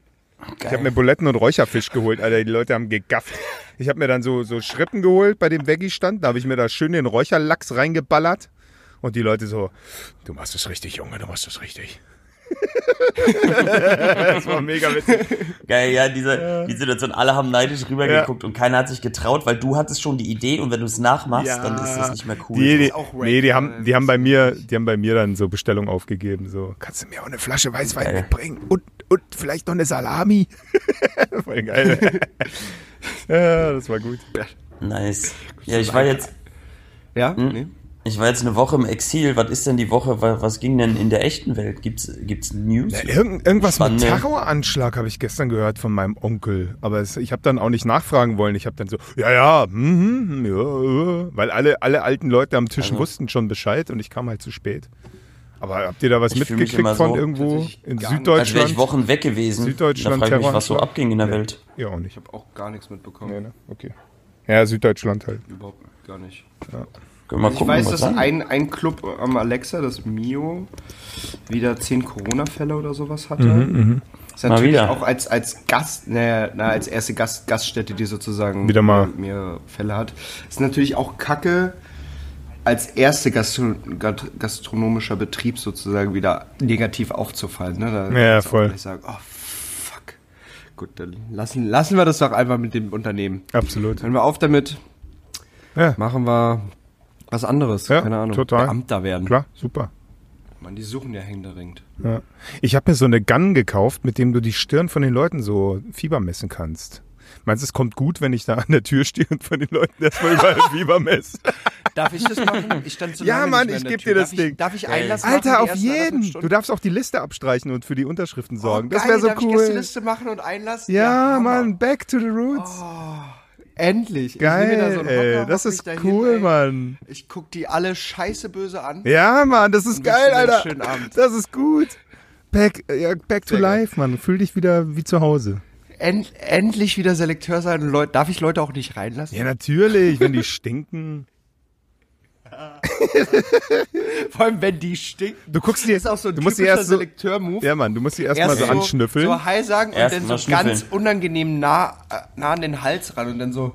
S5: Ich
S3: Geil.
S5: habe mir Buletten und Räucherfisch geholt, Alter. Die Leute haben gegafft. Ich habe mir dann so, so Schrippen geholt bei dem Veggie-Stand. Da habe ich mir da schön den Räucherlachs reingeballert. Und die Leute so, du machst es richtig, Junge, du machst es richtig. das war mega witzig.
S3: Geil, ja, diese, die Situation, alle haben neidisch rübergeguckt und keiner hat sich getraut, weil du hattest schon die Idee und wenn du es nachmachst,
S5: Ja.
S3: dann ist Oh, das nicht mehr cool.
S5: Die, die,
S4: auch wack,
S5: nee, die
S4: äh,
S5: haben, die haben bei mir, die haben bei mir dann so Bestellung aufgegeben. So, kannst du mir auch eine Flasche Weißwein
S3: Geil.
S5: mitbringen und, und vielleicht noch eine Salami? Voll geil. ja, das war gut.
S3: nice. Ja, ich war jetzt,
S4: Ja?
S3: Hm?
S4: Nee.
S3: ich war jetzt eine Woche im Exil. Was ist denn die Woche? Wa- Was ging denn in der echten Welt? Gibt's, gibt's News?
S5: Irgend, irgendwas
S3: Spannende-
S5: mit Terroranschlag habe ich gestern gehört von meinem Onkel. Aber es, ich habe dann auch nicht nachfragen wollen. Ich habe dann so, ja, ja, mhm, ja, ja, weil alle, alle alten Leute am
S3: Also
S5: Tisch wussten schon Bescheid und ich kam halt zu spät. Aber habt ihr da was
S3: Ich fühl mich
S5: mitgekriegt
S3: immer so,
S5: von irgendwo
S4: tatsächlich
S5: in
S4: gar
S3: Als
S4: nicht.
S3: Also wäre ich
S5: Süddeutschland?
S3: Wochen weg gewesen.
S5: Süddeutschland,
S3: da frage ich mich, was so
S5: Terroranschlag.
S3: abging in der Welt.
S5: Ja, auch
S4: Ich
S5: nicht.
S4: habe auch gar nichts mitbekommen.
S5: Nee, ne? Okay. Ja, Süddeutschland halt.
S4: Überhaupt gar nicht.
S3: Können wir mal
S4: Also Ich
S3: gucken,
S4: weiß,
S3: was
S4: dass
S3: sagen.
S4: ein, ein Club am Alexa, das Mio, wieder zehn Corona-Fälle oder sowas hatte. Ist
S3: Mal
S4: natürlich
S3: wieder.
S4: auch als, als Gast, naja, na, als erste Gast, Gaststätte, die sozusagen
S5: Wieder mal.
S4: mir Fälle hat. Ist natürlich auch kacke, als erste Gastro Gat- gastronomischer Betrieb sozusagen wieder negativ aufzufallen. Ne? Da
S5: Ja,
S4: kannst du auch
S5: voll.
S4: gleich Sagen, oh, fuck. Gut, dann lassen, lassen wir das doch einfach mit dem Unternehmen.
S5: Absolut.
S4: Hören wir auf damit.
S5: Ja.
S4: Machen wir was anderes.
S5: Ja,
S4: Keine Ahnung.
S5: total.
S4: Beamter werden.
S5: Klar, super.
S4: Mann, die suchen ja händeringend.
S5: Ja. Ich habe mir so eine Gun gekauft, mit dem du die Stirn von den Leuten so Fieber messen kannst. Meinst du, es kommt gut, wenn ich da an der Tür stehe und von den Leuten erstmal überall Fieber messe?
S4: Darf ich das machen? Ich stand so
S5: Ja,
S4: lange nicht
S5: Mann,
S4: mehr
S5: ich
S4: an der
S5: geb
S4: Tür.
S5: dir
S4: darf
S5: das
S4: ich,
S5: Ding.
S4: Darf ich Einlass machen?
S5: Alter,
S4: die
S5: auf
S4: ersten anderthalb
S5: jeden!
S4: Stunden? Oh,
S5: Du darfst auch die Liste abstreichen und für die Unterschriften sorgen. das
S4: Geil,
S5: wäre so
S4: darf Ich gestern
S5: cool.
S4: Liste machen und Einlass?
S5: Ja,
S4: Hammer. Oh,
S5: Mann, back to the roots.
S4: Endlich. ich
S5: Geil,
S4: nehm mir da so einen Hocker,
S5: ey,
S4: hock
S5: das
S4: mich
S5: ist
S4: dahin,
S5: cool,
S4: ey.
S5: Mann.
S4: Ich guck die alle scheiße böse an.
S5: Ja, Mann, das ist
S4: wünsch dir
S5: geil,
S4: einen
S5: Alter.
S4: schönen Abend.
S5: Das ist gut. Back, ja, back to
S4: Sehr geil.
S5: life, Mann. Fühl dich wieder wie zu Hause.
S4: End, endlich wieder Selekteur sein. Und Leute, darf ich Leute auch nicht reinlassen?
S5: Ja, natürlich, wenn die stinken.
S4: Vor allem, wenn die stinken.
S5: Du guckst dir
S4: Das ist auch so ein
S5: du musst die
S4: typischer
S5: erst so,
S4: Selekteur-Move.
S5: Ja, Mann, du musst die erst mal so anschnüffeln.
S4: So Hi sagen und
S3: Erst
S4: dann
S3: mal
S4: so ganz
S3: schnüffeln.
S4: unangenehm nah, äh, nah an den Hals ran und dann so,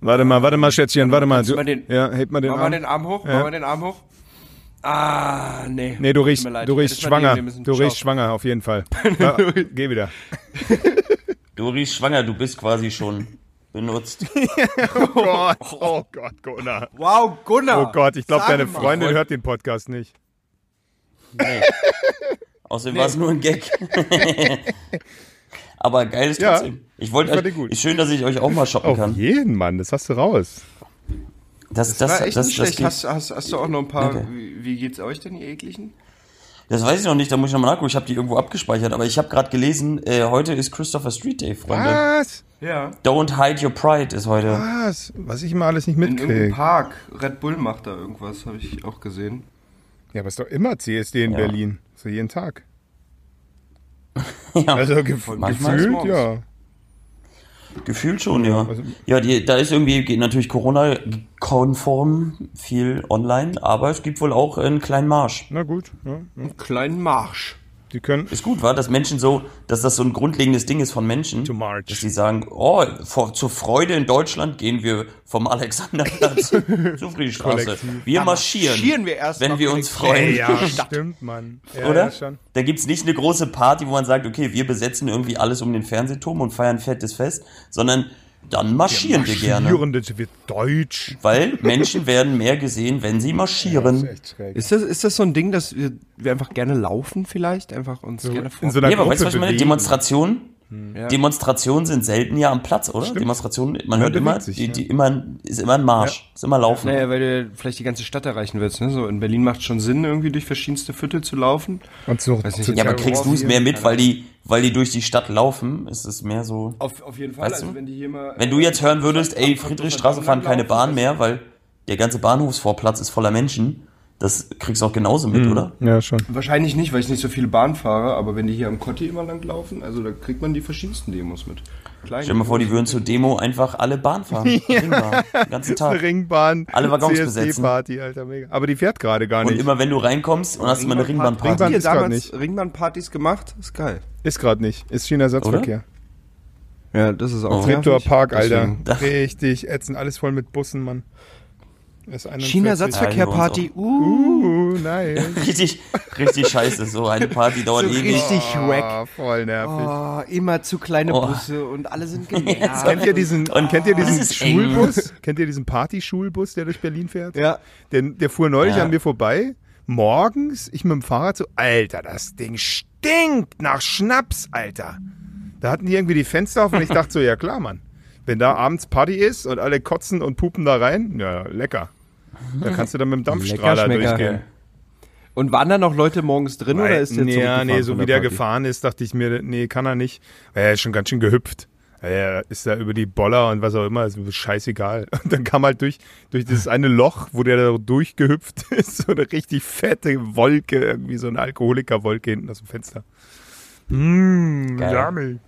S5: warte mal, warte mal, Schätzchen, warte mal.
S4: Kannst
S5: Du,
S4: du mal den-
S5: ja, heb mal den
S4: mach mal
S5: Arm.
S4: den Arm hoch, mach mal den Arm hoch. Ah, nee.
S5: Nee, du riechst,
S4: Tut mir leid,
S5: du
S4: ich
S5: riechst
S4: hätte es mal
S5: schwanger.
S4: nehmen müssen.
S5: Du
S4: Ciao.
S5: riechst schwanger, auf jeden Fall. Ja, geh wieder.
S3: Dori ist schwanger, du bist quasi schon benutzt.
S5: Oh Gott, oh Gott, Gunnar.
S4: Wow, Gunnar.
S5: Oh Gott, ich glaube,
S4: Ah. Sag
S5: deine
S4: mal.
S5: Freundin
S3: Freund-
S5: hört den Podcast nicht.
S3: Nee. Außerdem war es nur ein Gag. Aber geil ist
S5: Ja,
S3: trotzdem. ich wollte
S5: ich fand
S3: euch,
S5: den gut.
S3: ist schön, dass ich euch auch mal shoppen
S4: Oh,
S5: Auf
S3: kann.
S5: jeden, Mann, das hast du raus.
S3: Das, das,
S4: War
S3: das,
S4: echt
S3: das,
S4: nicht
S3: das,
S4: schlecht.
S3: geht-
S4: hast, hast, hast du auch noch ein paar.
S3: Danke.
S4: Wie, wie geht's euch denn, ihr ekligen?
S3: das weiß ich noch nicht, da muss ich nochmal nachgucken. Ich habe die irgendwo abgespeichert, aber ich habe gerade gelesen, äh, heute ist Christopher Street Day,
S4: Ah.
S3: Freunde.
S5: Was?
S4: Ja.
S3: Don't hide your pride ist heute.
S4: Ah.
S5: Was? Was ich immer alles nicht
S4: In irgendeinem
S5: mitkriege.
S4: Park. Red Bull macht da irgendwas, habe ich auch gesehen.
S5: Ja, aber ist doch immer CSD in
S3: Ja.
S5: Berlin. So jeden Tag.
S3: Ja.
S5: Also ge
S3: manchmal
S4: ist
S5: gefühlt,
S4: morgens.
S5: ja.
S3: Gefühlt schon, ja.
S5: also-
S3: Ja, die, da ist irgendwie geht natürlich Corona-konform viel online, aber es gibt wohl auch einen kleinen Marsch.
S5: Na gut. Ja, ja.
S4: Kleinen Marsch.
S5: Die können.
S3: Ist gut, war, dass Menschen so, dass das so ein grundlegendes Ding ist von Menschen,
S5: To march.
S3: dass sie sagen, oh, vor, zur Freude in Deutschland gehen wir vom Alexanderplatz zur Friedrichstraße.
S5: Kollektiv.
S3: Wir marschieren,
S4: marschieren wir erst
S3: wenn
S4: mal
S3: wir uns freuen.
S4: kollektiv.
S5: Ja, stimmt, Mann. Ja,
S3: Oder?
S5: Ja, schon.
S3: Da gibt's nicht eine große Party, wo man sagt, okay, wir besetzen irgendwie alles um den Fernsehturm und feiern fettes Fest, sondern dann marschieren wir gerne.
S5: Führende wird deutsch.
S3: Weil Menschen werden mehr gesehen, wenn sie
S5: Das
S3: marschieren.
S5: ist echt schräg.
S4: Ist das, ist das so ein Ding, dass wir, wir einfach gerne laufen, vielleicht? Einfach uns gerne
S5: in
S4: vor.
S5: so einer
S3: nee, aber
S5: Gruppe
S3: weißt du, was ich meine?
S5: bewegen. Hm,
S3: Demonstrationen?
S4: Ja.
S3: Demonstrationen sind selten ja am Platz, oder? Demonstrationen, man hört
S5: bewegt
S3: immer,
S5: sich,
S3: die,
S5: ja.
S3: die immer, ist immer ein Marsch, ist immer Laufen.
S4: Naja, weil du vielleicht die ganze Stadt erreichen willst. Ne? So in Berlin macht schon Sinn, irgendwie durch verschiedenste Viertel zu laufen.
S5: Und so.
S4: Weiß nicht,
S5: so
S3: ja, aber
S4: Terror
S3: kriegst du es
S4: hier,
S3: mehr mit,
S4: keine
S3: weil die, weil die durch die Stadt laufen? Ist es mehr so.
S4: Auf, auf jeden Fall.
S3: Weißt du?
S4: also, wenn die hier mal.
S3: Wenn du jetzt hören würdest, ey, Friedrichstraße fahren keine Bahn mehr, weil der ganze Bahnhofsvorplatz ist voller Menschen, das kriegst du auch genauso mit,
S5: Hm.
S3: oder?
S5: Ja, schon.
S4: Wahrscheinlich nicht, weil ich nicht so viele Bahn fahre, aber wenn die hier am Kotti immer lang laufen, also da kriegt man die verschiedensten Demos mit. Klein,
S3: Stell dir mal vor, die würden zur Demo einfach alle Bahn fahren. Ringbahn, den ganzen Tag.
S5: Ringbahn.
S3: Alle Waggons besetzen.
S5: CSD-Party, Alter, mega. Aber die fährt gerade gar
S3: Und
S5: nicht.
S3: immer wenn du reinkommst und hast immer eine
S5: Ringbahn-
S3: Ringbahnparty.
S4: Habt ihr
S5: ist grad
S4: damals
S5: nicht.
S4: Ringbahnpartys gemacht? Ist geil.
S5: ist gerade nicht. Ist China-Ersatzverkehr.
S4: Ja, das ist auch
S3: Oh.
S5: Treptower Park, Alter.
S3: Deswegen.
S5: Richtig ätzend. Alles voll mit Bussen, Mann. S41.
S4: China-Satzverkehr-Party, uh,
S5: Uh, nein.
S3: Richtig, richtig scheiße. So eine Party dauert ewig.
S4: richtig wack.
S5: Ah, voll nervig.
S4: Oh, immer zu kleine
S3: Oh.
S4: Busse und alle sind genervt.
S5: Kennt ihr diesen,
S3: Und-
S5: kennt ihr diesen
S3: Das ist eng.
S5: Schulbus? Kennt ihr diesen Partyschulbus, der durch Berlin fährt?
S4: Ja.
S5: Der, der fuhr neulich
S3: Ja.
S5: an mir vorbei. Morgens, ich mit dem Fahrrad so, Alter, das Ding stinkt nach Schnaps, Alter. Da hatten die irgendwie die Fenster auf und ich dachte so, ja klar, Mann. Wenn da abends Party ist und alle kotzen und pupen da rein, ja, lecker. Da kannst du dann mit dem Dampfstrahler
S4: Lecker Schmecker.
S5: durchgehen.
S4: Und waren da noch Leute morgens drin oder ist der
S5: ja,
S4: zurückgefahren
S5: nee, so
S4: von
S5: wie
S4: der
S5: der
S4: Party?
S5: gefahren ist, dachte ich mir, nee, kann er nicht. Er ist schon ganz schön gehüpft. Er ist da über die Boller und was auch immer, ist mir scheißegal. Und dann kam halt durch, durch dieses eine Loch, wo der da durchgehüpft ist, so eine richtig fette Wolke, irgendwie so eine Alkoholikerwolke hinten aus dem Fenster. Mmh,
S3: Geil.
S5: Jammel.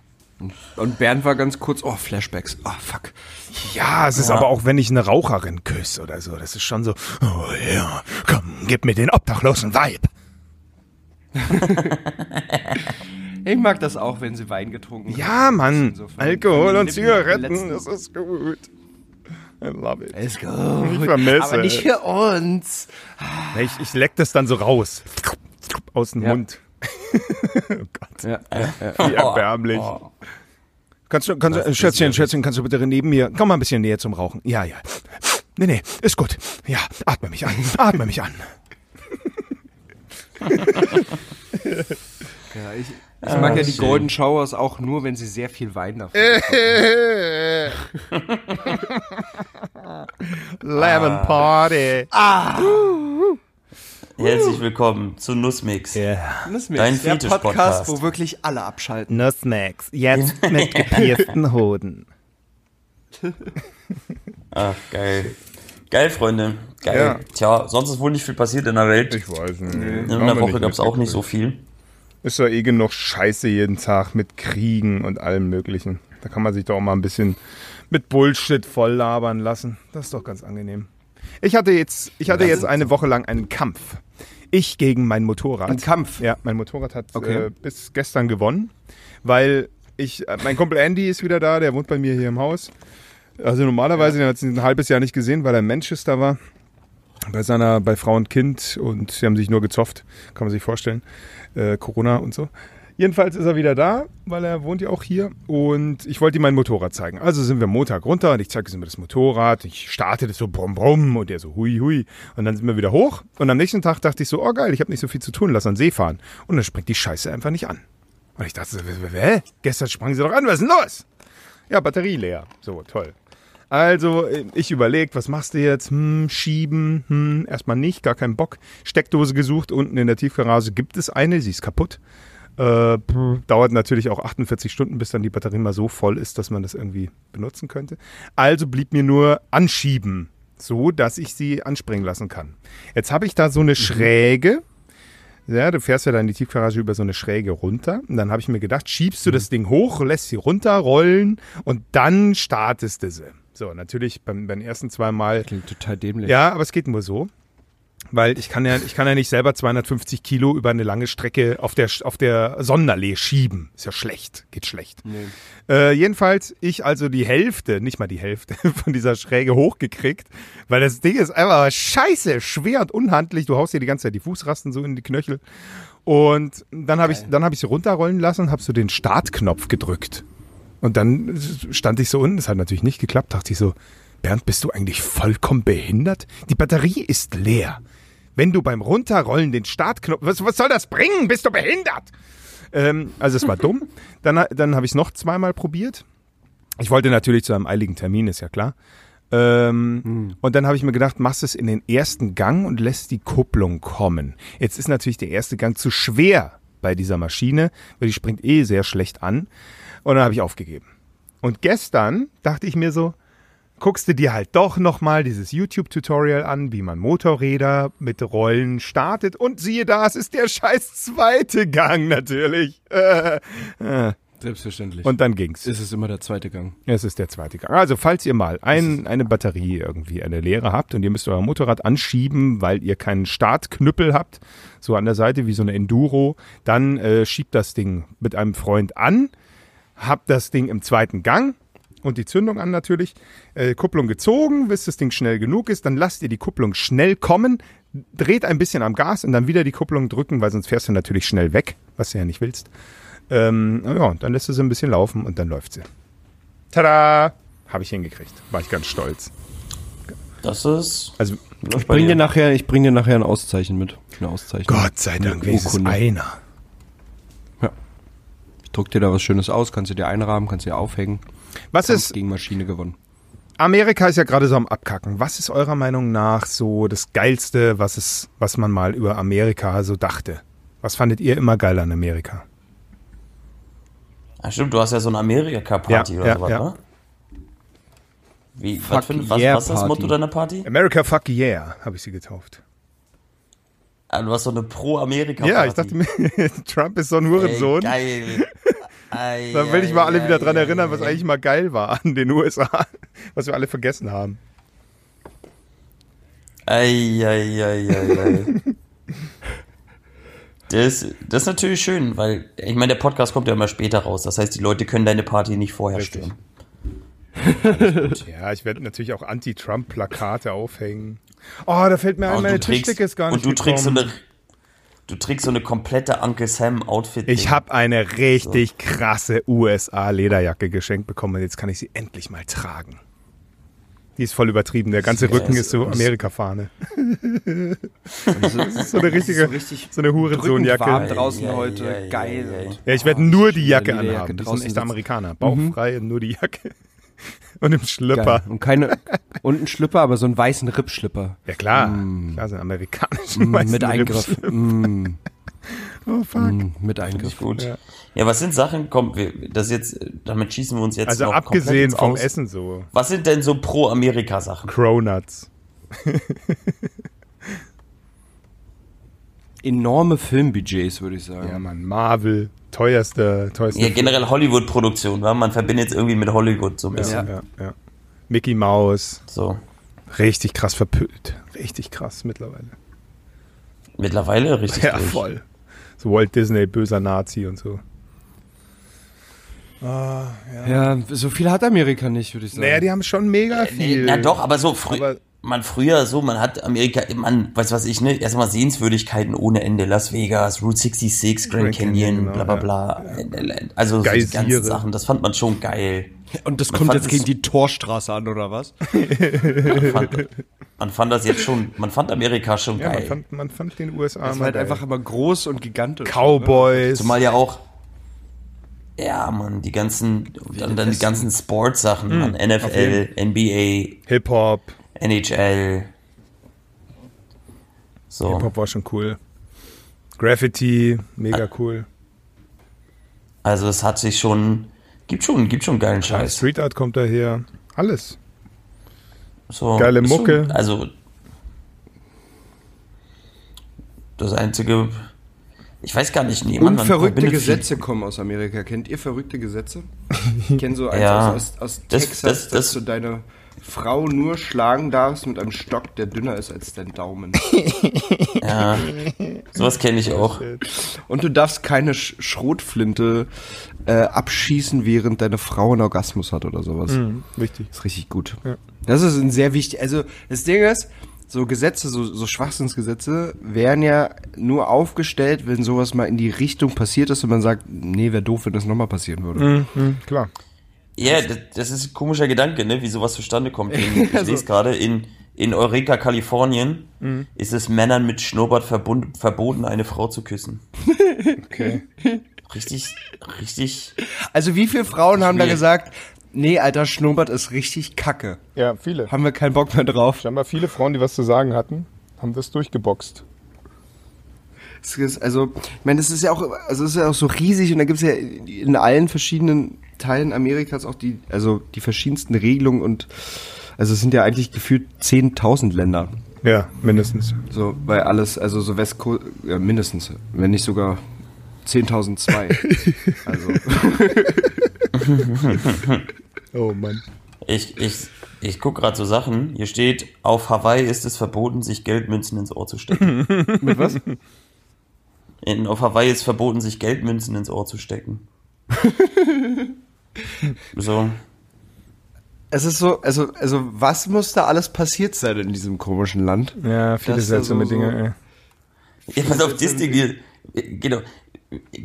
S4: Und Bernd war ganz kurz, oh, Flashbacks, oh, fuck.
S5: Ja, es ist aber auch, wenn ich eine Raucherin küsse oder so, das ist schon so, oh ja, komm, gib mir den obdachlosen Weib.
S4: Ich mag das auch, wenn sie Wein getrunken haben.
S5: Ja, Mann.
S4: so von- von
S5: Alkohol
S4: den
S5: und
S4: Lippen äh,
S5: Zigaretten,
S4: letzten-
S5: das ist gut. I love it.
S4: Let's go.
S5: Ich vermisse
S4: Aber nicht
S5: es.
S4: für uns.
S5: Ich, ich leck das dann so raus. Aus dem
S4: Ja.
S5: Mund. oh Gott,
S4: Ja,
S5: wie erbärmlich. Kannst du, kannst du, Schätzchen, Schätzchen, kannst du bitte neben mir, komm mal ein bisschen näher zum Rauchen. Ja, ja. Nee, nee, ist gut. Ja, atme mich an, atme mich an.
S4: ich, ich mag ja die
S3: schön.
S4: Golden Showers auch nur, wenn sie sehr viel Wein davon
S5: Lemon Party.
S3: Herzlich willkommen zu Nussmix.
S5: Yeah.
S4: haben.
S3: Dein
S4: der
S3: Fetisch-Podcast.
S4: Podcast, wo wirklich alle abschalten.
S5: Nussmax, jetzt mit gepiersten Hoden.
S3: Ach, Ah, geil. Geil, Freunde. Geil.
S5: Ja.
S3: Tja, sonst ist wohl nicht viel passiert in der Welt.
S5: Ich weiß nicht. Nee.
S3: in der Woche gab's auch nicht so viel.
S5: Ist doch eh genug Scheiße jeden Tag mit Kriegen und allem Möglichen. Da kann man sich doch auch mal ein bisschen mit Bullshit voll labern lassen. Das ist doch ganz angenehm. Ich hatte jetzt, ich hatte jetzt eine Woche lang einen Kampf. Ich gegen mein Motorrad.
S4: Ein Kampf?
S5: Ja, mein Motorrad hat
S4: Okay.
S5: äh, bis gestern gewonnen, weil ich, äh, mein Kumpel Andy ist wieder da, der wohnt bei mir hier im Haus. Also normalerweise, den hat sie ein halbes Jahr nicht gesehen, weil er in Manchester war. Bei seiner, bei Frau und Kind und sie haben sich nur gezofft, kann man sich vorstellen. Äh, Corona und so. Jedenfalls ist er wieder da, weil er wohnt ja auch hier und ich wollte ihm mein Motorrad zeigen. Also sind wir Montag runter und ich zeige ihm das Motorrad. Ich starte das so brumm brumm und er so hui hui und dann sind wir wieder hoch und am nächsten Tag dachte ich so, oh geil, ich habe nicht so viel zu tun, lass an den See fahren und dann springt die Scheiße einfach nicht an. Und ich dachte, so, hä? Gestern sprangen sie doch an, was ist denn los? Ja, Batterie leer. So, toll. Also, ich überlegt, was machst du jetzt? Hm, schieben, hm, erstmal nicht, gar keinen Bock. Steckdose gesucht, unten in der Tiefgarage gibt es eine, sie ist kaputt. Äh, dauert natürlich auch 48 Stunden, bis dann die Batterie mal so voll ist, dass man das irgendwie benutzen könnte. Also blieb mir nur anschieben, so dass ich sie anspringen lassen kann. Jetzt habe ich da so eine Schräge. Ja, du fährst ja dann in die Tiefgarage über so eine Schräge runter. Und dann habe ich mir gedacht, schiebst du das Ding hoch, lässt sie runterrollen und dann startest du sie. So, natürlich beim, beim ersten zwei Mal.
S4: Klingt total dämlich.
S5: Ja, aber es geht nur so weil ich kann ja, ich kann ja nicht selber 250 Kilo über eine lange Strecke auf der, auf der Sonderlee schieben. Ist ja schlecht, geht schlecht. Nee. Äh, jedenfalls, ich also die Hälfte, nicht mal die Hälfte von dieser Schräge hochgekriegt, weil das Ding ist einfach scheiße, schwer und unhandlich. Du haust dir die ganze Zeit die Fußrasten so in die Knöchel. Und dann habe ich, dann habe ich sie runterrollen lassen und habe so den Startknopf gedrückt. Und dann stand ich so unten, es hat natürlich nicht geklappt, dachte ich so, Bernd, bist du eigentlich vollkommen behindert? Die Batterie ist leer. Wenn du beim Runterrollen den Startknopf. Was, was soll das bringen? Bist du behindert? Ähm, also es war dumm. Dann, dann habe ich es noch zweimal probiert. Ich wollte natürlich zu einem eiligen Termin, ist ja klar. Ähm, hm. Und dann habe ich mir gedacht, machst es in den ersten Gang und lässt die Kupplung kommen. Jetzt ist natürlich der erste Gang zu schwer bei dieser Maschine, weil die springt eh sehr schlecht an. Und dann habe ich aufgegeben. Und gestern dachte ich mir so, guckst du dir halt doch nochmal dieses YouTube-Tutorial an, wie man Motorräder mit Rollen startet. Und siehe da, es ist der scheiß zweite Gang natürlich. Äh, äh.
S4: Selbstverständlich.
S5: Und dann ging's.
S4: Ist es immer der zweite Gang?
S5: Es ist der zweite Gang. Also, falls ihr mal ein, eine Batterie irgendwie, eine leere habt und ihr müsst euer Motorrad anschieben, weil ihr keinen Startknüppel habt, so an der Seite wie so eine Enduro, dann äh, schiebt das Ding mit einem Freund an, habt das Ding im zweiten Gang und die Zündung an natürlich. Äh, Kupplung gezogen, bis das Ding schnell genug ist, dann lasst ihr die Kupplung schnell kommen, dreht ein bisschen am Gas und dann wieder die Kupplung drücken, weil sonst fährst du natürlich schnell weg, was du ja nicht willst. Ähm, ja, dann lässt du sie ein bisschen laufen und dann läuft sie. Tada! Habe ich hingekriegt. War ich ganz stolz.
S3: Das ist.
S5: Also,
S4: ich bringe dir nachher, ich bringe dir nachher ein Auszeichen mit. Eine Auszeichnung.
S5: Gott sei Dank, wenigstens einer.
S4: Ja. Ich druck dir da was Schönes aus, kannst du dir einrahmen, kannst du dir aufhängen.
S5: Was Kampf ist
S4: gegen Maschine gewonnen?
S5: Amerika ist ja gerade so am Abkacken. Was ist eurer Meinung nach so das Geilste, was, ist, was man mal über Amerika so dachte? Was fandet ihr immer geil an Amerika?
S3: Ach Ah, stimmt, du hast ja so eine Amerika-Party
S5: Ja,
S3: oder
S5: ja,
S3: sowas,
S5: ja.
S3: ne? Wie,
S4: Fuck
S3: was, für, was,
S4: yeah,
S3: was ist das
S4: Party.
S3: Motto deiner Party?
S5: America Fuck Yeah, habe ich sie getauft.
S3: Ah, du hast so eine Pro-Amerika-Party.
S5: Ja, ich dachte mir, Trump ist so ein Hurensohn.
S3: Ey, geil. Ei,
S5: Dann will ich mal alle
S3: ei,
S5: wieder dran
S3: ei,
S5: erinnern, was
S3: ei.
S5: eigentlich mal geil war an den USA, was wir alle vergessen haben.
S3: Ei, ei, ei, ei, ei. Das, das ist natürlich schön, weil ich meine, der Podcast kommt ja immer später raus. Das heißt, die Leute können deine Party nicht vorher
S5: Richtig.
S3: stören.
S5: Ja, ich werde natürlich auch Anti-Trump-Plakate aufhängen. Oh, da fällt mir ein,
S3: Und
S5: meine
S3: du trägst-
S5: Tischdecke ist gar
S3: Und
S5: nicht
S3: du trägst so
S5: gekommen.
S3: eine, du trägst so eine komplette Uncle Sam Outfit.
S5: Ich habe eine richtig krasse USA-Lederjacke geschenkt bekommen und jetzt kann ich sie endlich mal tragen. Die ist voll übertrieben. Der ganze
S3: Yes.
S5: Rücken ist so amerika Das ist so eine richtige,
S4: richtig
S5: so eine
S4: warm
S5: Hurensohnjacke.
S4: draußen
S3: Ei, ei,
S4: heute.
S3: ei,
S4: Geil.
S3: ei, ei.
S5: Ja, ich werde nur die Jacke
S4: Lederjacke
S5: anhaben. Das ist
S4: draußen
S5: ein echter
S4: sitzen.
S5: Amerikaner. Bauchfrei, nur die Jacke. Und im
S4: Geil.
S5: Schlüpper.
S4: Und keine und einen Schlüpper, aber so einen weißen Rippschlüpper.
S5: Ja klar, klar, so einen amerikanischen
S4: Mm,
S5: weißen
S4: mit Eingriff.
S5: Rips.
S4: Mm,
S5: Oh fuck.
S4: mm, mit Eingriff.
S3: gut. Ja. was sind Sachen? Komm, wir, das jetzt, damit schießen wir uns jetzt
S5: Also
S3: noch komplett
S5: abgesehen
S3: ins
S5: vom
S3: Aus.
S5: Essen so.
S3: Was sind denn so Pro-Amerika-Sachen?
S5: Cronuts.
S4: Enorme Filmbudgets, würde ich sagen.
S5: Ja man, Marvel, teuerste, teuerste.
S3: Ja, generell Hollywood-Produktion, wa? man verbindet es irgendwie mit Hollywood so ein bisschen.
S5: ja, ja. Mickey Mouse.
S3: So.
S5: Richtig krass verpönt. Richtig krass mittlerweile.
S3: Mittlerweile richtig.
S5: Ja,
S3: durch.
S5: voll. So Walt Disney, böser Nazi und so.
S4: Ja, so viel hat Amerika nicht, würde ich sagen.
S5: Naja, die haben schon mega
S3: Äh, Nee,
S5: viel.
S3: na doch, aber so früh.
S5: Aber-
S3: man früher so, man hat Amerika, man, weiß was ich, ne, erstmal Sehenswürdigkeiten ohne Ende, Las Vegas, Route 66, Grand,
S5: Grand Canyon,
S3: Canyon,
S5: genau,
S3: bla bla
S5: ja.
S3: bla. Also so die
S5: Geysire.
S3: ganzen Sachen, das fand man schon geil.
S4: und das
S3: Man
S4: kommt
S3: fand
S4: jetzt gegen
S3: es-
S4: die Torstraße an, oder was?
S3: Man fand, man fand das jetzt schon, man fand Amerika schon
S5: Ja, man
S3: geil.
S5: fand, man fand den USA
S4: Das war halt
S5: geil.
S4: einfach immer groß und gigantisch.
S5: Cowboys.
S3: Zumal ja auch, Ja, Mann, die ganzen, dann, dann die ganzen Sportsachen,
S5: Hm,
S3: Mann. NFL, NBA,
S5: Hip-Hop.
S3: NHL. So.
S5: Hip-Hop war schon cool. Graffiti, mega
S3: Ah,
S5: cool.
S3: Also es hat sich schon. Gibt schon, gibt schon geilen Scheiß.
S5: Street Art kommt daher. Alles.
S3: So,
S5: Geile
S3: ist
S5: Mucke.
S3: Schon, also das einzige. Ich weiß gar nicht, niemand. man
S4: Unverrückte
S3: verbindet viel-
S4: Gesetze kommen aus Amerika. Kennt ihr verrückte Gesetze? Ich kenne so eins
S3: Ja.
S4: aus, aus, aus
S3: Das-
S4: Texas,
S3: das- das-
S4: dass du deine Frau nur schlagen darfst mit einem Stock, der dünner ist als dein Daumen.
S3: Ja, sowas kenne ich auch.
S4: Und du darfst keine Sch Schrotflinte äh, abschießen, während deine Frau einen Orgasmus hat oder sowas.
S5: Wichtig.
S4: Ist richtig gut. Das ist ein sehr wichtig. Also das Ding ist, so Gesetze, so, so Schwachsinnsgesetze werden ja nur aufgestellt, wenn sowas mal in die Richtung passiert ist und man sagt, nee, wäre doof, wenn das nochmal passieren würde.
S5: Mhm. Klar.
S3: Ja, das, das ist ein komischer Gedanke, ne? wie sowas zustande kommt. In, ich
S5: Also.
S3: lese gerade, in, in Eureka, Kalifornien
S5: Mhm.
S3: ist es Männern mit Schnurrbart verbund, verboten, eine Frau zu küssen.
S5: Okay.
S3: Richtig, richtig.
S4: Also wie viele Frauen haben da
S3: Schwierig.
S4: gesagt, nee, alter Schnurrbart ist richtig kacke.
S5: Ja, viele.
S4: Haben wir keinen Bock mehr drauf.
S5: Scheinbar viele Frauen, die was zu sagen hatten, haben das durchgeboxt.
S4: Es ist- Also, ich meine, das ist ja auch, also es ist ja auch so riesig und da gibt es ja in allen verschiedenen Teilen Amerikas auch die, also die verschiedensten Regelungen und also es sind ja eigentlich gefühlt 10.000 Länder.
S5: Ja, mindestens.
S4: So, weil alles, also so Westko ja, mindestens, wenn nicht sogar 10.002. also,
S5: Oh Mann.
S3: Ich, ich, ich guck gerade so Sachen. Hier steht, auf Hawaii ist es verboten, sich Geldmünzen ins Ohr zu stecken.
S4: mit was?
S3: In, auf Hawaii ist verboten, sich Geldmünzen ins Ohr zu stecken. so.
S4: Es ist so, also, also, was muss da alles passiert sein in diesem komischen Land?
S5: Ja, viele
S4: Das ist ja
S5: seltsame
S4: so- so-
S5: Dinge.
S3: Ja,
S5: ey.
S3: pass auf, das Ding hier. Genau.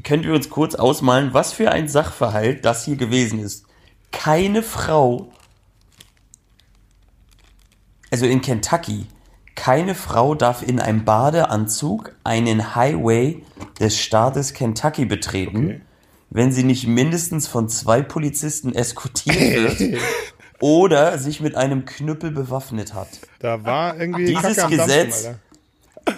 S3: Können wir uns kurz ausmalen, was für ein Sachverhalt das hier gewesen ist? Keine Frau, also in Kentucky, keine Frau darf in einem Badeanzug einen Highway des Staates Kentucky betreten, wenn sie nicht mindestens von zwei Polizisten eskortiert wird oder sich mit einem Knüppel bewaffnet hat.
S5: Da war irgendwie
S3: Dieses
S5: Kacke am Dampfen,
S3: Gesetz-
S5: Alter.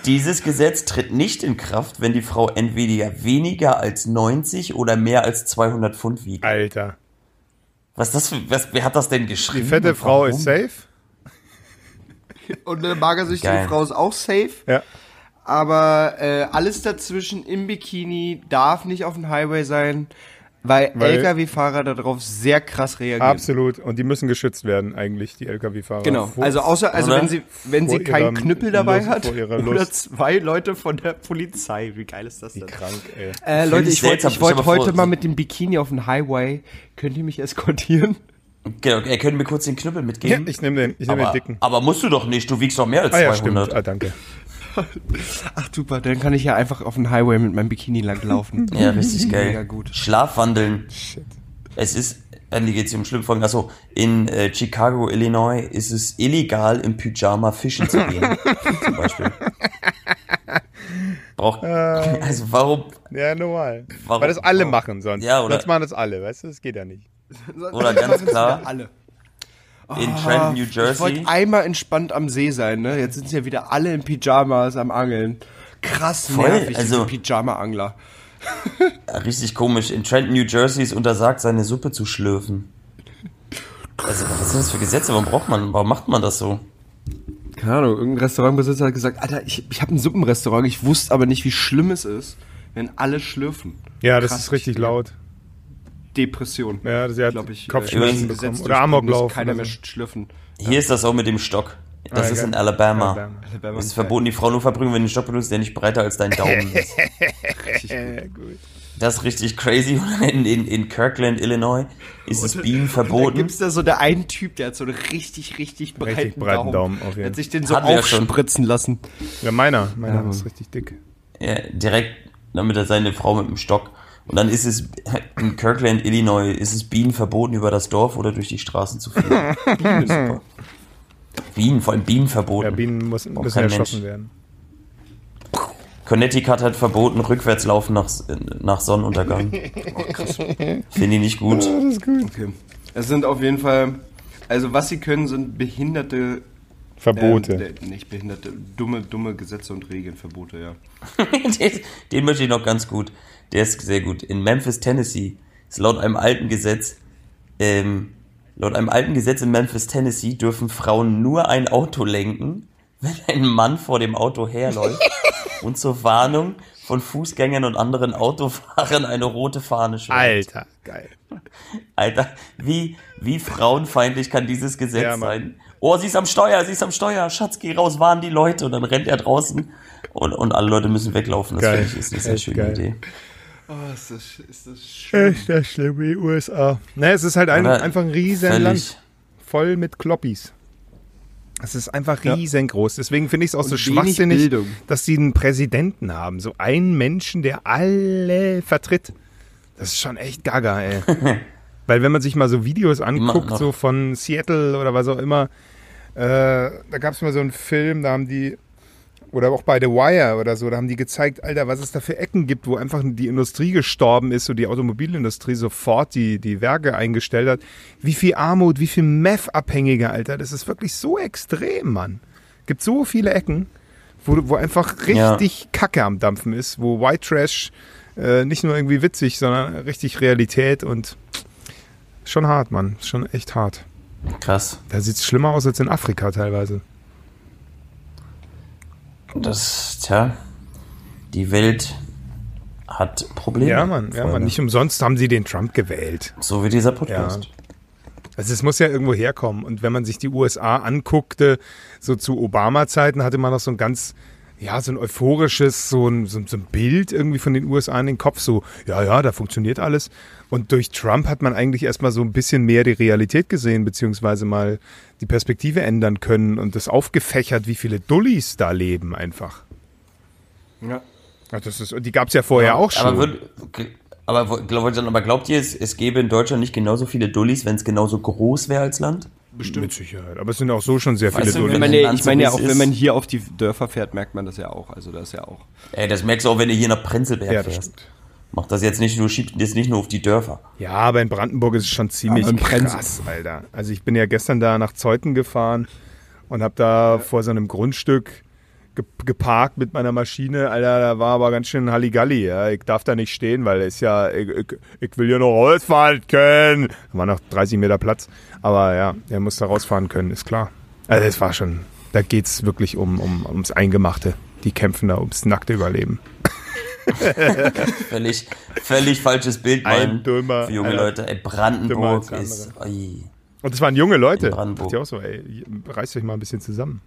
S3: Dieses Gesetz tritt nicht in Kraft, wenn die Frau entweder weniger als 90 oder mehr als 200 Pfund wiegt.
S5: Alter.
S3: Was das für, was, wer hat das denn geschrieben?
S5: Die fette
S3: und
S5: Frau
S3: warum?
S5: ist safe.
S4: Und äh, eine magersüchtige
S3: Geil.
S4: Frau ist auch safe.
S5: Ja.
S4: Aber äh, alles dazwischen im Bikini darf nicht auf dem Highway sein, weil,
S5: Weil-
S4: LKW-Fahrer darauf sehr krass reagieren.
S5: Absolut. Und die müssen geschützt werden, eigentlich, die Lkw-Fahrer.
S4: Genau.
S5: Vor-
S4: Also außer also
S3: Oder?
S4: wenn sie wenn sie
S5: Vor
S4: keinen
S5: ihrem
S4: Knüppel dabei
S5: Lust-
S4: hat
S5: vor ihrer
S4: oder
S5: Lust.
S4: zwei Leute von der Polizei. Wie geil ist das denn?
S5: Krank,
S3: Ähm,
S5: ey.
S4: Äh, Leute,
S3: ich
S4: ich wollte
S3: seltsam.
S4: ich
S3: Ich
S4: wollte
S3: hab
S4: heute
S3: vor-
S4: mal mit dem Bikini auf den Highway. Könnt ihr mich eskortieren?
S3: Genau, okay, können wir kurz den Knüppel
S5: Ja,
S3: mitgeben?
S5: ich nehme den, ich nehm
S3: aber,
S5: den dicken.
S3: aber musst du doch nicht, du wiegst doch mehr als
S5: Ah ja, stimmt.
S3: 200.
S5: Ah, danke.
S4: Ach super, dann kann ich ja einfach auf den Highway mit meinem Bikini langlaufen.
S3: Ja, richtig geil.
S4: Mega gut.
S3: Schlafwandeln. Es ist, dann geht's hier um Schlimmfolgen. Achso, in äh, Chicago, Illinois ist es illegal, im Pyjama fischen zu gehen. zum Beispiel. Braucht,
S5: Ah.
S3: also warum,
S5: Ja, normal.
S3: Warum?
S5: Weil das alle
S3: Warum?
S5: machen sonst.
S3: Ja, oder-
S5: Sonst machen das alle, weißt du? Das geht ja nicht.
S3: Oder ganz klar,
S4: Alle.
S3: in Trenton, New
S4: Ah, Ich wollte
S3: Jersey.
S4: einmal entspannt am See sein, ne? Jetzt sind sie ja wieder alle in Pyjamas am Angeln. Krass
S3: Voll,
S4: nervig,
S3: also-
S4: diese Pyjama-Angler.
S3: Richtig komisch. In Trenton, New Jersey ist untersagt, seine Suppe zu schlürfen. Also, was sind das für Gesetze? Warum braucht man, warum macht man das so?
S4: Keine Ahnung, irgendein Restaurantbesitzer hat gesagt, Alter, ich, ich habe ein Suppenrestaurant, ich wusste aber nicht, wie schlimm es ist, wenn alle schlürfen.
S5: Ja, das
S4: Krass,
S5: ist richtig
S4: ich-
S5: laut.
S4: Depression.
S5: Ja, sie hat
S4: Glaub ich, äh,
S5: Kopfschmerzen
S4: im
S5: bekommen.
S4: Gesetz
S5: Oder
S4: durchbringen,
S5: Amoklauf
S4: dass Keiner
S5: oder
S4: mehr
S5: so.
S4: schlürfen.
S3: Hier ist das auch mit dem Stock. Das
S5: Ah,
S3: ist
S5: geil.
S3: in Alabama.
S5: Alabama.
S4: Alabama.
S3: Es ist verboten, die Frau nur verbringen, wenn du den Stock benutzt, der nicht breiter als dein Daumen ist.
S4: Äh,
S5: Ja, gut.
S3: Das ist richtig crazy. Und In, in, in Kirkland, Illinois ist es Bienen
S4: Da
S3: verboten.
S4: gibt's da so der einen Typ, der hat so einen richtig, richtig breiten,
S5: breiten Daumen, auf jeden
S4: Der
S5: Fall.
S4: hat sich den so
S3: Hatten wir ja schon.
S4: aufspritzen lassen.
S5: Ja, meiner. Meiner
S4: Ja,
S5: ist
S4: Mann.
S5: richtig dick.
S3: Ja, direkt, damit er seine Frau mit dem Stock. Und dann ist es in Kirkland, Illinois, ist es Bienen verboten, über das Dorf oder durch die Straßen zu fliegen. Bienen, super. Bienen, vor allem Bienen verboten.
S5: Ja, Bienen müssen, müssen
S3: kein
S5: erschossen
S3: Mensch.
S5: werden.
S3: Connecticut hat verboten, rückwärts laufen nach, nach Sonnenuntergang. Finde ich nicht gut.
S4: Okay. Es sind auf jeden Fall, also was sie können, sind behinderte
S5: Verbote.
S4: Ähm, äh, nicht behinderte, dumme, dumme Gesetze und Regeln, Verbote, ja.
S3: den, den möchte ich noch ganz gut. Der ist sehr gut. In Memphis, Tennessee ist laut einem alten Gesetz, ähm, laut einem alten Gesetz in Memphis, Tennessee dürfen Frauen nur ein Auto lenken, wenn ein Mann vor dem Auto herläuft und zur Warnung von Fußgängern und anderen Autofahrern eine rote Fahne schwenkt.
S5: Alter, geil.
S3: Alter, wie, wie frauenfeindlich kann dieses Gesetz
S5: Ja, Mann.
S3: sein? Oh, sie ist am Steuer, sie ist am Steuer. Schatz, geh raus, warnen die Leute. Und dann rennt er draußen und, und alle Leute müssen weglaufen. Das
S5: Geil.
S3: finde ich ist eine sehr
S5: Echt
S3: schöne
S5: geil.
S3: Idee.
S4: Oh, ist das, ist das schön.
S5: Echt das schlimm, die USA. Naja, es ist halt ein,
S3: Aber
S5: einfach ein riesen
S3: völlig.
S5: Land. Voll mit Kloppis. Es ist einfach riesengroß. Deswegen finde ich es auch so
S4: wenig
S5: schwachsinnig,
S4: Bildung.
S5: dass sie einen Präsidenten haben. So einen Menschen, der alle vertritt. Das ist schon echt gaga, ey. Weil wenn man sich mal so Videos anguckt,
S3: noch.
S5: so von Seattle oder was auch immer, äh, da gab es mal so einen Film, da haben die, oder auch bei The Wire oder so, da haben die gezeigt, Alter, was es da für Ecken gibt, wo einfach die Industrie gestorben ist, so die Automobilindustrie sofort die, die Werke eingestellt hat. Wie viel Armut, wie viel Meth-Abhängige, Alter, das ist wirklich so extrem, Mann. Gibt so viele Ecken, wo, wo einfach
S3: Ja.
S5: richtig Kacke am Dampfen ist, wo White Trash äh, nicht nur irgendwie witzig, sondern richtig Realität und schon hart, Mann. Schon echt hart.
S3: Krass.
S5: Da sieht es schlimmer aus als in Afrika teilweise.
S3: Das, tja, die Welt hat Probleme.
S5: Ja, Mann, ja,
S3: Freunde.
S5: Mann. Nicht umsonst haben sie den Trump gewählt.
S3: so wie dieser Podcast.
S5: Also es muss ja irgendwo herkommen. Und wenn man sich die USA anguckte, so zu Obama-Zeiten hatte man noch so ein ganz, ja, so ein euphorisches, so ein, so, ein- so ein Bild irgendwie von den USA in den Kopf, so, ja, ja, da funktioniert alles. Und durch Trump hat man eigentlich erstmal so ein bisschen mehr die Realität gesehen, beziehungsweise mal die Perspektive ändern können und das aufgefächert, wie viele Dullis da leben einfach.
S4: Ja.
S5: Ach, das ist, und die gab es ja vorher auch schon.
S3: Aber, würd, g- aber, wo- glaub- wollte ich sagen, aber glaubt ihr, es, es gäbe in Deutschland nicht genauso viele Dullis, wenn es genauso groß wäre als Land?
S5: Bestimmt. Mit Sicherheit. Aber es sind auch so schon sehr viele
S3: Weißt du,
S5: Dullis.
S4: Ich
S3: Wenn
S4: meine,
S3: man
S4: ich meine ja
S3: so
S4: auch,
S3: ist-
S4: wenn man hier auf die Dörfer fährt, merkt man das ja auch. Also das ist ja auch.
S3: Ey, das merkst du auch, wenn du hier nach Prenzlberg
S5: Ja, das
S3: fährst.
S5: stimmt.
S3: Mach das jetzt nicht nur, schiebt jetzt nicht nur auf die Dörfer.
S5: Ja, aber in Brandenburg ist es schon ziemlich
S4: Aber in Prenzl-
S5: krass, Alter. Also ich bin ja gestern da nach Zeuthen gefahren und habe da vor so einem Grundstück ge geparkt mit meiner Maschine. Alter, da war aber ganz schön Halligalli. Ja. Ich darf da nicht stehen, weil es ja, ich, ich, ich will hier noch rausfahren können. Da war noch 30 Meter Platz. Aber ja, er muss da rausfahren können, ist klar. Also es war schon, da geht's wirklich um, um, ums Eingemachte. Die kämpfen da ums nackte Überleben.
S3: Völlig, völlig falsches Bild,
S5: Ein
S3: Mann.
S5: dümmer,
S3: Für junge
S5: einer
S3: Leute. Ey,
S5: dümmer als
S3: Brandenburg
S5: der
S3: ist. Ui.
S5: Und es waren junge Leute.
S3: In Brandenburg.
S5: Dachte ich auch so, ey, reißt euch mal ein bisschen zusammen.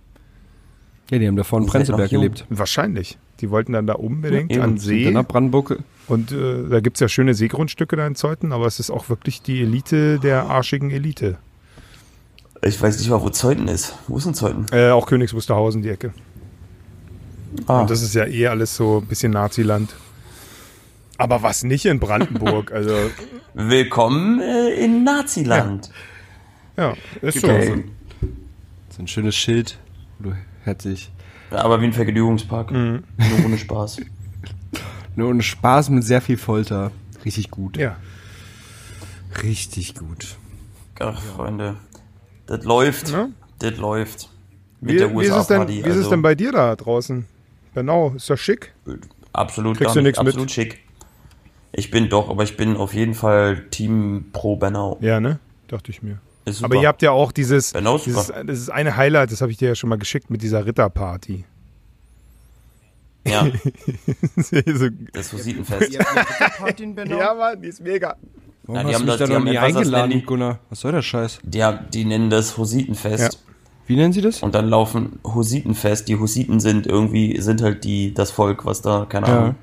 S4: Ja, die haben da vorne in
S3: Ihr seid
S4: Prenzlberg
S3: noch jung.
S4: gelebt.
S5: Wahrscheinlich. Die wollten dann da unbedingt
S3: Ja, eben.
S5: an
S4: Sind dann
S5: See.
S4: nach Brandenburg.
S5: Und äh, da gibt es ja schöne Seegrundstücke da in Zeuthen, aber es ist auch wirklich die Elite der arschigen Elite.
S3: Ich weiß nicht mal, wo Zeuthen ist. Wo ist denn Zeuthen?
S5: Äh, auch Königs Wusterhausen, die Ecke.
S3: Ah,
S5: Und das ist ja eh alles so ein bisschen Naziland. Aber was nicht in Brandenburg? also,
S3: willkommen äh, in Naziland.
S5: ja, ist so.
S4: Okay. So ein schönes Schild. Du herzlich.
S3: Aber wie ein Vergnügungspark.
S5: Mhm.
S3: Nur ohne Spaß.
S4: Nur ein Spaß mit sehr viel Folter. Richtig gut.
S5: Ja.
S4: Richtig gut.
S3: Ach, Freunde. Das läuft.
S5: Ja.
S3: Das läuft.
S5: Wie,
S3: Mit der
S5: wie, ist es denn,
S3: USA-Party.
S5: wie ist es denn bei dir da draußen? Genau, ist das schick?
S3: Absolut,
S5: Kriegst
S3: gar
S5: du
S3: nicht,
S5: nix mit?
S3: absolut schick. Ich bin doch, aber ich bin auf jeden Fall Team pro Bernau.
S5: Ja, ne? Dachte ich mir.
S3: Ist super.
S5: Aber ihr habt ja auch dieses,
S3: Genau, super.
S5: dieses das ist eine Highlight, das habe ich dir ja schon mal geschickt mit dieser Ritterparty.
S3: ja,
S5: so,
S3: das Hussitenfest. Genau.
S5: ja, Mann, die ist mega.
S4: Warum
S3: Ja, die
S4: hast
S3: haben
S4: du
S3: das-
S4: mich da
S3: die
S4: noch
S3: haben
S4: nie
S3: etwas, das nennen
S4: eingeladen,
S3: die-
S4: Gunnar? Was soll der Scheiß?
S3: Die, haben- die nennen das Hussitenfest.
S5: Ja.
S4: Wie nennen sie das?
S3: Und dann laufen Hussitenfest. Die Hussiten sind irgendwie, sind halt die, das Volk, was da, keine
S4: Ja.
S3: Ahnung,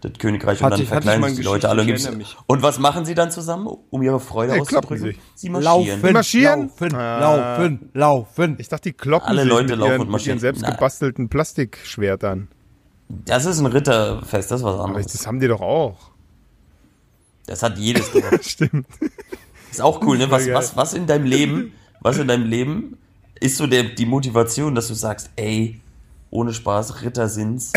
S3: das Königreich.
S4: Hatte
S3: und dann
S4: ich- hatte ich mal
S3: verkleinern
S4: eine
S3: sich die Leute alle. Und,
S4: Geschichte,
S3: gibt's-
S4: ich erinnere
S3: und was machen sie dann zusammen, um ihre Freude
S5: Ja,
S3: auszudrücken?
S5: kloppen sich.
S3: Sie marschieren.
S5: Marschieren?
S4: Laufen,
S5: Ah.
S4: laufen, laufen.
S5: Ich dachte, die kloppen
S3: Alle
S5: sich
S3: Leute
S5: mit,
S3: laufen
S5: ihren,
S3: und
S5: mit ihren
S3: marschieren.
S5: selbst
S3: Nein.
S5: gebastelten Plastikschwertern.
S3: Das ist ein Ritterfest, das ist was
S5: Aber
S3: anderes.
S5: das haben die doch auch.
S3: Das hat jedes gemacht.
S5: Stimmt.
S3: Ist auch cool, ne? Was,
S5: geil.
S3: was, was in deinem Leben, was in deinem Leben ist so der, die Motivation, dass du sagst, ey, ohne Spaß, Ritter sind's.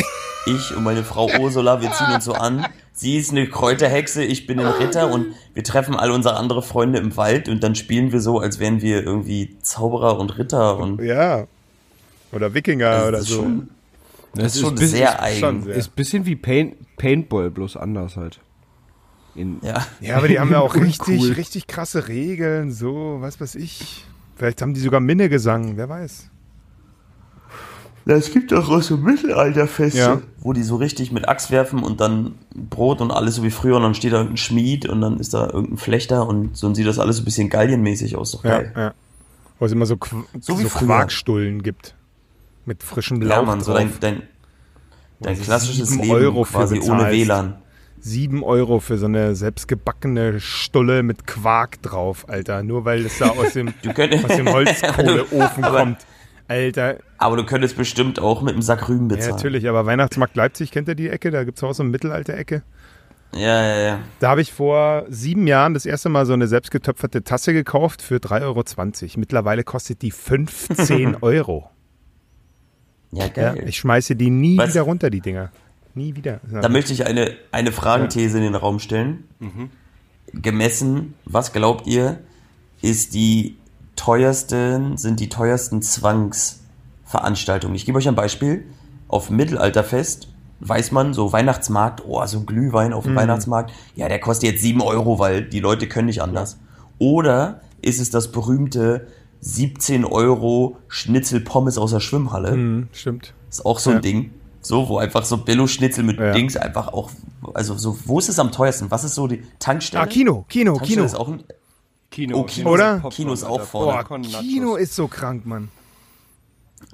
S3: Ich und meine Frau Ursula, wir ziehen uns so an. Sie ist eine Kräuterhexe, ich bin ein Ritter und wir treffen all unsere andere Freunde im Wald und dann spielen wir so, als wären wir irgendwie Zauberer und Ritter und also
S5: Ja. Oder Wikinger
S3: das
S5: oder
S3: ist
S5: so.
S3: schon,
S4: Das,
S3: ist schon
S4: bis-
S3: sehr eigen.
S5: schon sehr.
S4: Ist ein bisschen wie Paint, Paintball, bloß anders halt. In,
S3: Ja.
S5: Ja, aber die haben ja auch richtig,
S4: Uncool.
S5: richtig krasse Regeln, so, was weiß ich. Vielleicht haben die sogar Minne gesungen, wer weiß.
S3: Es gibt doch auch so Mittelalterfeste,
S5: Ja.
S3: wo die so richtig mit Axt werfen und dann Brot und alles so wie früher und dann steht da irgendein Schmied und dann ist da irgendein Flechter und so und sieht das alles so ein bisschen gallienmäßig aus. Doch
S5: Ja,
S3: geil.
S5: ja. Wo es immer so, Qu so,
S3: So wie früher.
S5: Quarkstullen gibt. Mit frischem
S3: Ja,
S5: Lauch
S3: Mann, so
S5: drauf.
S3: dein, dein, dein
S5: du
S3: klassisches
S5: sieben
S3: Leben
S5: Euro für
S3: quasi ohne
S5: bezahlst.
S3: WLAN.
S5: Sieben Euro für so eine selbstgebackene Stulle mit Quark drauf, Alter. Nur weil es da aus dem,
S3: könnt-
S5: aus dem Holzkohleofen kommt. Alter,
S3: Aber du könntest bestimmt auch mit einem Sack Rüben
S5: ja,
S3: bezahlen.
S5: natürlich, aber Weihnachtsmarkt Leipzig, kennt ihr die Ecke? Da gibt's auch so eine Mittelalter-Ecke.
S3: Ja, ja, ja.
S5: Da habe ich vor sieben Jahren das erste Mal so eine selbstgetöpferte Tasse gekauft für 3,20 Euro. Mittlerweile kostet die 15 Euro.
S3: Ja,
S5: Ja,
S3: geil.
S5: ich schmeiße die nie
S3: Was?
S5: wieder runter, die Dinger. Nie wieder. Ja.
S3: da möchte ich eine, eine Fragenthese in den Raum stellen. Gemessen, was glaubt ihr, ist die teuersten, sind die teuersten Zwangsveranstaltungen? Ich gebe euch ein Beispiel. Auf dem Mittelalterfest weiß man, so Weihnachtsmarkt, oh, so ein Glühwein auf dem Weihnachtsmarkt, ja, der kostet jetzt 7 Euro, weil die Leute können nicht anders. Oder ist es das berühmte 17 Euro Schnitzel-Pommes aus der Schwimmhalle?
S5: Hm, stimmt.
S3: Ist auch so ein
S5: Ja.
S3: Ding. So, wo einfach so Billo-Schnitzel mit
S5: Ja.
S3: Dings einfach auch. Also, so, wo ist es am teuersten? Was ist so die Tankstelle?
S5: Ah, Kino, Kino,
S3: Tankstelle
S5: Kino.
S3: Ist auch ein,
S4: Kino,
S3: Oh, Kino-
S5: Oder?
S3: Kino ist auch vorne.
S5: Boah, Kino ist so krank, Mann.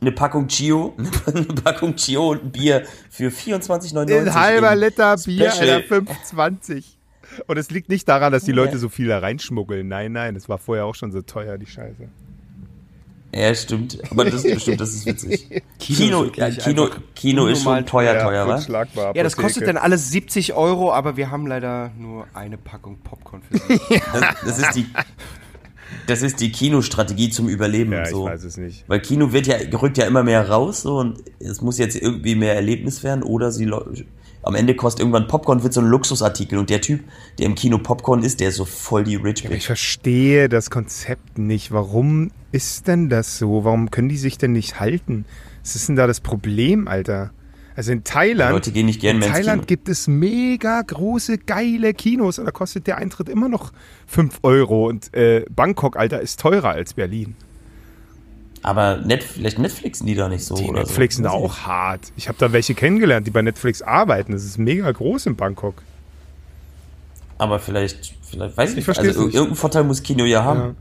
S3: eine Packung Chio, eine Packung Chio und ein Bier für 24,99.
S5: Ein halber
S3: in
S5: Liter Bier,
S3: Special.
S5: Alter, 5,20. Und es liegt nicht daran, dass die Leute so viel da reinschmuggeln. Nein, nein, es war vorher auch schon so teuer, die Scheiße.
S3: Ja, stimmt. Aber das ist bestimmt, das ist witzig. Kino,
S4: ist
S3: ja,
S4: wirklich
S3: Kino,
S4: einfach
S3: Kino ist
S4: unnormal
S3: schon teuer, teuer, wa?
S5: unschlagbar,
S4: Ja, das kostet dann
S5: Apotheke.
S4: alles 70 Euro, aber wir haben leider nur eine Packung Popcorn für sie.
S3: Das, das ist die, das ist die Kinostrategie zum Überleben.
S5: Ja, ich
S3: so.
S5: weiß es nicht.
S3: Weil Kino wird ja, rückt ja immer mehr raus so, und es muss jetzt irgendwie mehr Erlebnis werden oder sie lo- am Ende kostet irgendwann Popcorn, wird so ein Luxusartikel und der Typ, der im Kino Popcorn ist, der ist so voll die Rich
S5: Ich
S3: Bitch.
S5: verstehe das Konzept nicht. Warum ist denn das so? Warum können die sich denn nicht halten? Was ist denn da das Problem, Alter? Also in Thailand,
S3: Die Leute gehen nicht gern
S5: in
S3: mehr ins
S5: Thailand
S3: Kino.
S5: gibt es mega große, geile Kinos und da kostet der Eintritt immer noch 5 Euro und äh, Bangkok, Alter, ist teurer als Berlin.
S3: Aber Net, vielleicht Netflixen die da nicht so.
S5: Die
S3: oder
S5: Netflix
S3: so.
S5: sind auch hart. Ich habe da welche kennengelernt, die bei Netflix arbeiten. Das ist mega groß in Bangkok.
S3: Aber vielleicht, vielleicht weiß ich nicht.
S5: versteh's
S3: Also ir-
S5: nicht.
S3: irgendeinen Vorteil muss Kino ja haben.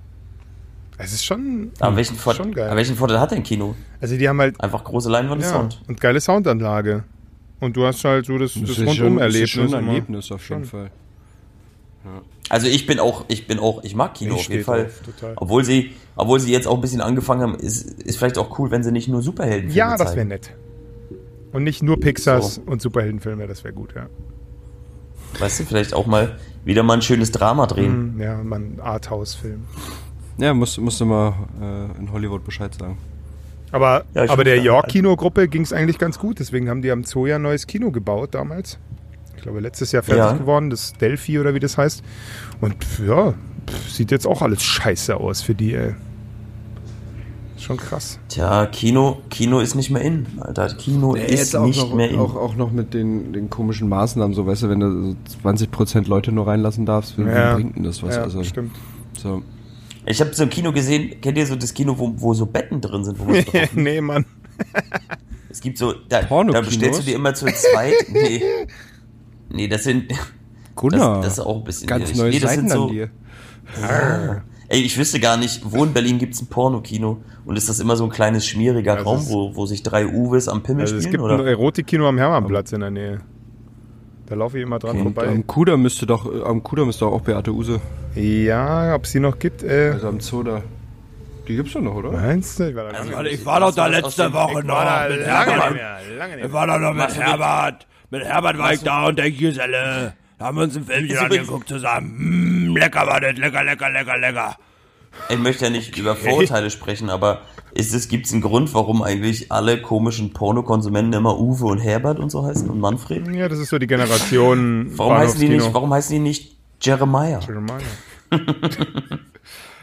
S5: Es ist schon,
S3: Aber, welchen Vor-
S5: Hm, schon geil.
S3: aber welchen Vorteil hat denn Kino?
S5: also die haben halt
S3: Einfach große Leinwand und
S5: Ja,
S3: Sound.
S5: und geile Soundanlage. Und du hast halt so das, das Rundum-Erlebnis.
S4: schon ein
S5: immer.
S4: Erlebnis auf jeden Fall.
S3: Also ich bin auch, ich bin auch, ich mag Kino
S5: Ich
S3: auf jeden
S5: stehe
S3: Fall.
S5: drauf, total.
S3: Obwohl sie, obwohl sie jetzt auch ein bisschen angefangen haben, ist, ist vielleicht auch cool, wenn sie nicht nur Superheldenfilme
S5: Ja, das
S3: zeigen.
S5: wäre nett. Und nicht nur Pixars
S3: So.
S5: und Superheldenfilme, das wäre gut, ja.
S3: Weißt du, vielleicht auch mal wieder mal ein schönes Drama drehen.
S5: Hm, Ja, man, Arthouse-Film.
S4: Ja, musst, musst du mal äh, in Hollywood Bescheid sagen.
S5: Aber,
S3: Ja, ich
S5: aber
S3: find
S5: der
S3: ja-
S5: York-Kino-Gruppe ging es eigentlich ganz gut, deswegen haben die am Zoo ja ein neues Kino gebaut damals. Ich glaube, letztes Jahr fertig
S3: Ja.
S5: geworden, das Delphi oder wie das heißt. Und pf, ja, pf, sieht jetzt auch alles scheiße aus für die, ey. Schon krass.
S3: Tja, Kino, Kino ist nicht mehr in, Alter. Kino ist
S4: auch,
S3: nicht
S4: noch,
S3: mehr in.
S4: auch, auch noch mit den, den komischen Maßnahmen, so weißt du, wenn du so 20% Leute nur reinlassen darfst, wie wie bringt denn das was?
S5: ja,
S4: also,
S5: stimmt.
S4: So.
S3: Ich habe so ein Kino gesehen, kennt ihr so das Kino, wo, wo so Betten drin sind, wo man so drauf
S5: nee, Mann.
S3: Es gibt so, da, da
S4: Pornokinos?
S3: bestellst du dir immer zu zweit. Nee. Nee, das sind.
S4: Gunnar,
S3: Das, das ist auch ein bisschen.
S4: ganz
S3: irrig.
S4: neue
S3: nee, das
S4: Seiten
S3: sind so,
S4: an dir.
S3: Ey, ich wüsste gar nicht, wo in Berlin gibt's ein Pornokino und ist das immer so ein kleines, schmieriger
S5: Also
S3: Raum,
S5: es-
S3: wo, wo sich drei Uwes am Pimmel
S5: Also es
S3: spielen?
S5: gibt ein
S3: Oder?
S5: Erotikkino am Hermannplatz in der Nähe. Da laufe ich immer dran
S3: Okay.
S5: vorbei.
S4: Am Kuder müsste doch, äh, am Kuder müsste auch Beate Use,
S5: Ja, ob es die noch gibt, äh,
S4: also am Zoo da. Die gibt's doch noch, oder?
S5: meinst du? Ich war da lange
S6: Also ich war doch da
S3: Was- was
S6: letzte
S3: aus dem-
S6: Woche noch mit Herbert.
S5: mehr, lange nicht
S6: Ich war doch noch mit Herbert. Mit Herbert war ich da und der Giselle. Da haben wir uns ein Filmchen
S3: Also ich-
S6: angeguckt Hm, zusammen. Mm, lecker war das, lecker, lecker, lecker, lecker.
S3: Ich möchte ja nicht über Vorurteile sprechen, aber Ist es, gibt's einen Grund, warum eigentlich alle komischen Pornokonsumenten immer Uwe und Herbert und so heißen und Manfred?
S5: Ja, das ist so die Generation.
S3: Warum heißen die
S5: Bahnhofskino.
S3: nicht, warum heißen die nicht Jeremiah?
S5: Jeremiah.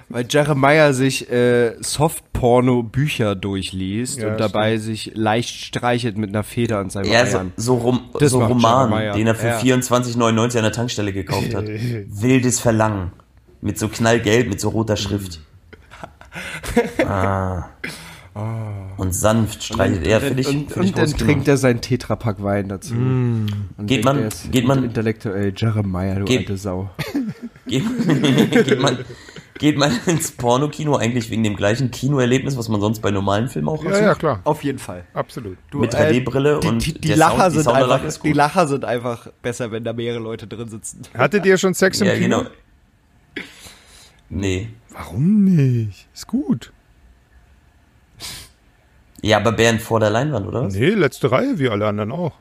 S4: Weil Jeremiah sich äh, Softporno-Bücher durchliest
S5: Ja,
S4: und dabei sich leicht streichelt mit einer Feder an seinem
S3: Ja, so,
S4: Eiern.
S3: so, rum,
S4: Das
S3: so
S4: macht
S3: Roman,
S4: Jeremiah.
S3: den er für
S4: Ja.
S3: 24,99 an der Tankstelle gekauft hat. Wildes Verlangen. Mit so knallgelb, mit so roter Schrift. ah. Und sanft streitet er, finde ich.
S4: und
S3: find ich
S4: und dann
S3: groß
S4: trinkt
S3: gemacht.
S4: er seinen Tetrapack Wein dazu. Und
S3: Geht
S4: denkt,
S3: man-
S4: er ist
S3: geht man-
S4: intellektuell Jeremiah, du
S3: Geht-
S4: alte Sau.
S3: geht, geht, man, geht man ins Pornokino eigentlich wegen dem gleichen Kinoerlebnis, was man sonst bei normalen Filmen auch
S5: Ja, ja, klar,
S4: Auf jeden Fall.
S5: absolut.
S4: Du,
S3: Mit
S4: äh,
S3: 3D-Brille
S4: die,
S3: und
S4: die, die
S3: der
S4: Lacher
S3: Sound,
S4: sind
S3: Soundanlage
S4: einfach, die Lacher sind einfach besser, wenn da mehrere Leute drin sitzen.
S5: Hattet ihr schon Sex im
S3: Ja,
S5: Kino?
S3: genau. Nee.
S5: Warum nicht? Ist gut.
S3: Ja, aber Bernd vor der Leinwand, oder was?
S5: Nee, letzte Reihe, wie alle anderen auch.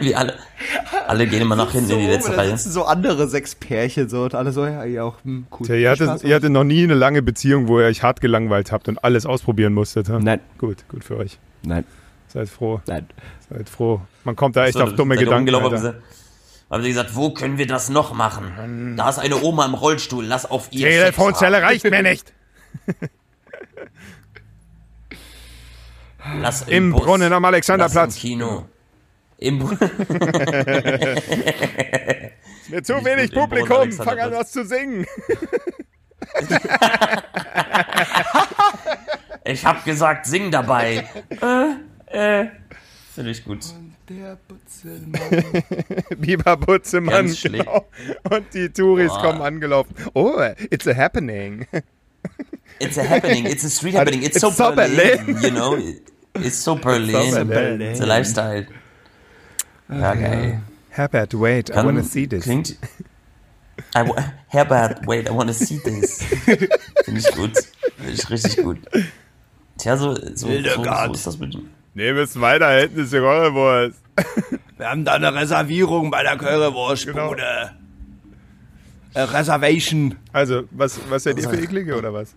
S3: Wie alle, alle gehen immer nach hinten in die
S4: oben,
S3: letzte
S4: da
S3: Reihe.
S4: sitzen so andere sechs Pärchen so und alle so, ja, ja auch hm, cool.
S5: Tja, ihr, hattet, ihr hattet noch nie eine lange Beziehung, wo ihr euch hart gelangweilt habt und alles ausprobieren musstet. ha?
S4: Nein.
S5: Gut, gut für euch.
S4: Nein,
S5: Seid froh,
S4: nein.
S5: seid froh. Man kommt da echt auf dumme
S3: Äh, Seid ihr
S5: Gedanken.
S3: rumgelaufen,
S5: Alter.
S3: Haben sie, haben sie gesagt, wo können wir das noch machen? Da ist eine Oma im Rollstuhl, lass auf ihr. Sex
S5: Telefonzelle
S3: Ah.
S5: reicht mir nicht.
S3: haben. Lass
S5: Im
S3: Bus,
S5: Brunnen am
S3: lass im
S5: Alexanderplatz.
S3: Kino. Im Brunnen.
S5: Mir zu
S3: Nicht
S5: wenig
S3: gut, im Brunnen
S5: Publikum, fang
S3: Alexanderplatz.
S5: an was zu singen.
S3: Ich hab gesagt, sing dabei. äh, äh. Finde ich gut.
S5: Biber Butzemann,
S3: Ganz schlecht.
S5: genau. Und die Touris
S3: Boah.
S5: kommen angelaufen. Oh, it's a happening.
S3: It's a happening, it's a street happening, it's, so,
S5: It's so
S3: Berlin, you know. It's so Berlin. It's,
S5: so Berlin.
S3: a lifestyle. Ja, geil.
S5: Herbert, wait, I
S3: Kann-
S5: wanna see this.
S3: Klingt. I wa- Herbert, wait, I wanna see this. Finde ich gut. Finde ich richtig gut. Tja, so, so, so, so
S6: Hildegard.
S3: ist das mit dem.
S5: Nee, wir müssen weiter, hinten ist die Rollwurst.
S6: Wir haben da eine Reservierung bei der Currywurstbude.
S4: Genau.
S6: Äh, Reservation.
S5: Also, was, was seid ihr für Eklige oder was?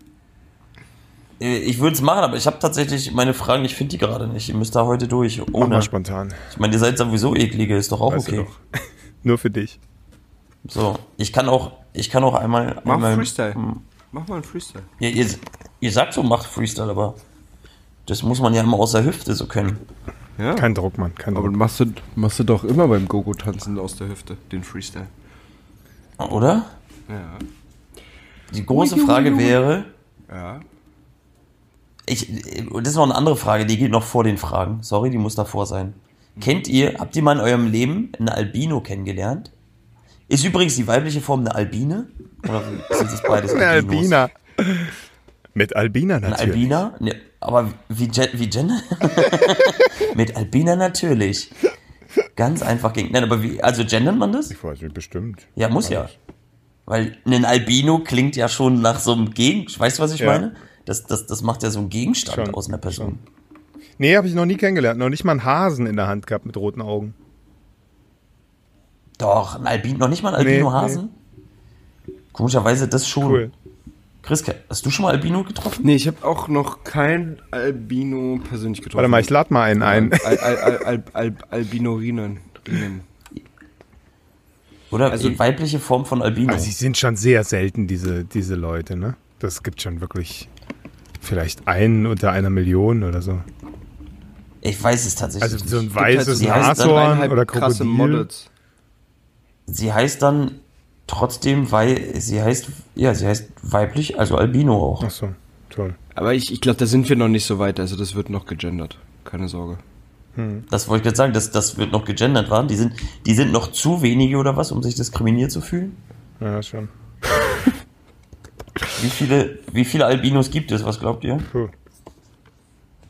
S3: Äh, Ich würde es machen, aber ich habe tatsächlich meine Fragen, ich finde die gerade nicht. Ihr müsst da heute durch.
S5: Mach
S3: Ohne.
S5: mal spontan.
S3: Ich meine, ihr seid sowieso eklige, ist doch auch
S5: Weißt du
S3: okay.
S5: doch. Nur für dich.
S3: So, ich kann auch, ich kann auch einmal.
S4: Mach
S3: einmal, Hm.
S4: Freestyle. Mach mal einen Freestyle.
S3: Ja, ihr, ihr sagt so, macht Freestyle, aber das muss man ja immer aus der Hüfte so können.
S5: Kein Druck, Mann, kein
S4: Aber
S5: Druck.
S4: machst du, machst du doch immer beim Gogo-Tanzen aus der Hüfte, den Freestyle.
S3: Oder?
S4: Ja.
S3: Die große Frage wäre,
S4: Ja.
S3: ich, und das ist noch eine andere Frage, die geht noch vor den Fragen. Sorry, die muss davor sein.
S4: Mhm.
S3: Kennt ihr, habt ihr mal in eurem Leben eine Albino kennengelernt? Ist übrigens die weibliche Form eine Albine? Oder sind es beides
S5: Eine
S3: Albinos?
S5: Albina. Mit Albina
S3: Ein
S5: natürlich.
S3: Albiner? Ne, aber wie, Gen- wie Gender? Mit Albiner natürlich. Ganz einfach gegen. Nein, aber wie, also gendert man das?
S5: Ich weiß nicht, bestimmt.
S3: Ja, muss ja. Weil ein Albino klingt ja schon nach so einem Gegenstand. Weißt du, was ich
S5: Ja.
S3: meine? Das, das, das macht ja so einen Gegenstand
S5: Schon,
S3: aus einer Person.
S5: Nee, habe ich noch nie kennengelernt. Noch nicht mal einen Hasen in der Hand gehabt mit roten Augen.
S3: Doch, ein Albino, noch nicht mal ein Albino-Hasen? Komischerweise das schon.
S5: Cool.
S3: Chris, hast du schon mal Albino getroffen?
S4: Nee, ich habe auch noch kein Albino persönlich getroffen.
S5: Warte mal, ich lade mal einen ein.
S4: Al, al, al, al, al, Albinorinen. Rinen.
S3: Oder
S4: Also-
S3: die weibliche Form von Albino?
S5: Also, sie sind schon sehr selten, diese, diese Leute, ne? Das gibt schon wirklich vielleicht einen unter einer Million oder so.
S3: ich weiß es tatsächlich.
S5: Also, so
S3: nicht.
S5: ein weißes
S3: die heißen dann
S5: Nashorn
S4: Dreieinhalb
S5: oder
S4: halt krasse
S5: Krokodil.
S4: Models.
S3: Sie heißt dann trotzdem, weil sie heißt, ja, sie heißt weiblich, also Albino auch.
S5: Ach so, toll.
S4: Aber ich, ich glaube, da sind wir noch nicht so weit. Also das wird noch gegendert. Keine Sorge.
S3: Das wollte ich gerade sagen, das, das wird noch gegendert, waren. Die sind, die sind noch zu wenige oder was, um sich diskriminiert zu fühlen?
S5: Ja, schon.
S3: Wie viele, wie viele Albinos gibt es? Was glaubt ihr?
S5: Puh.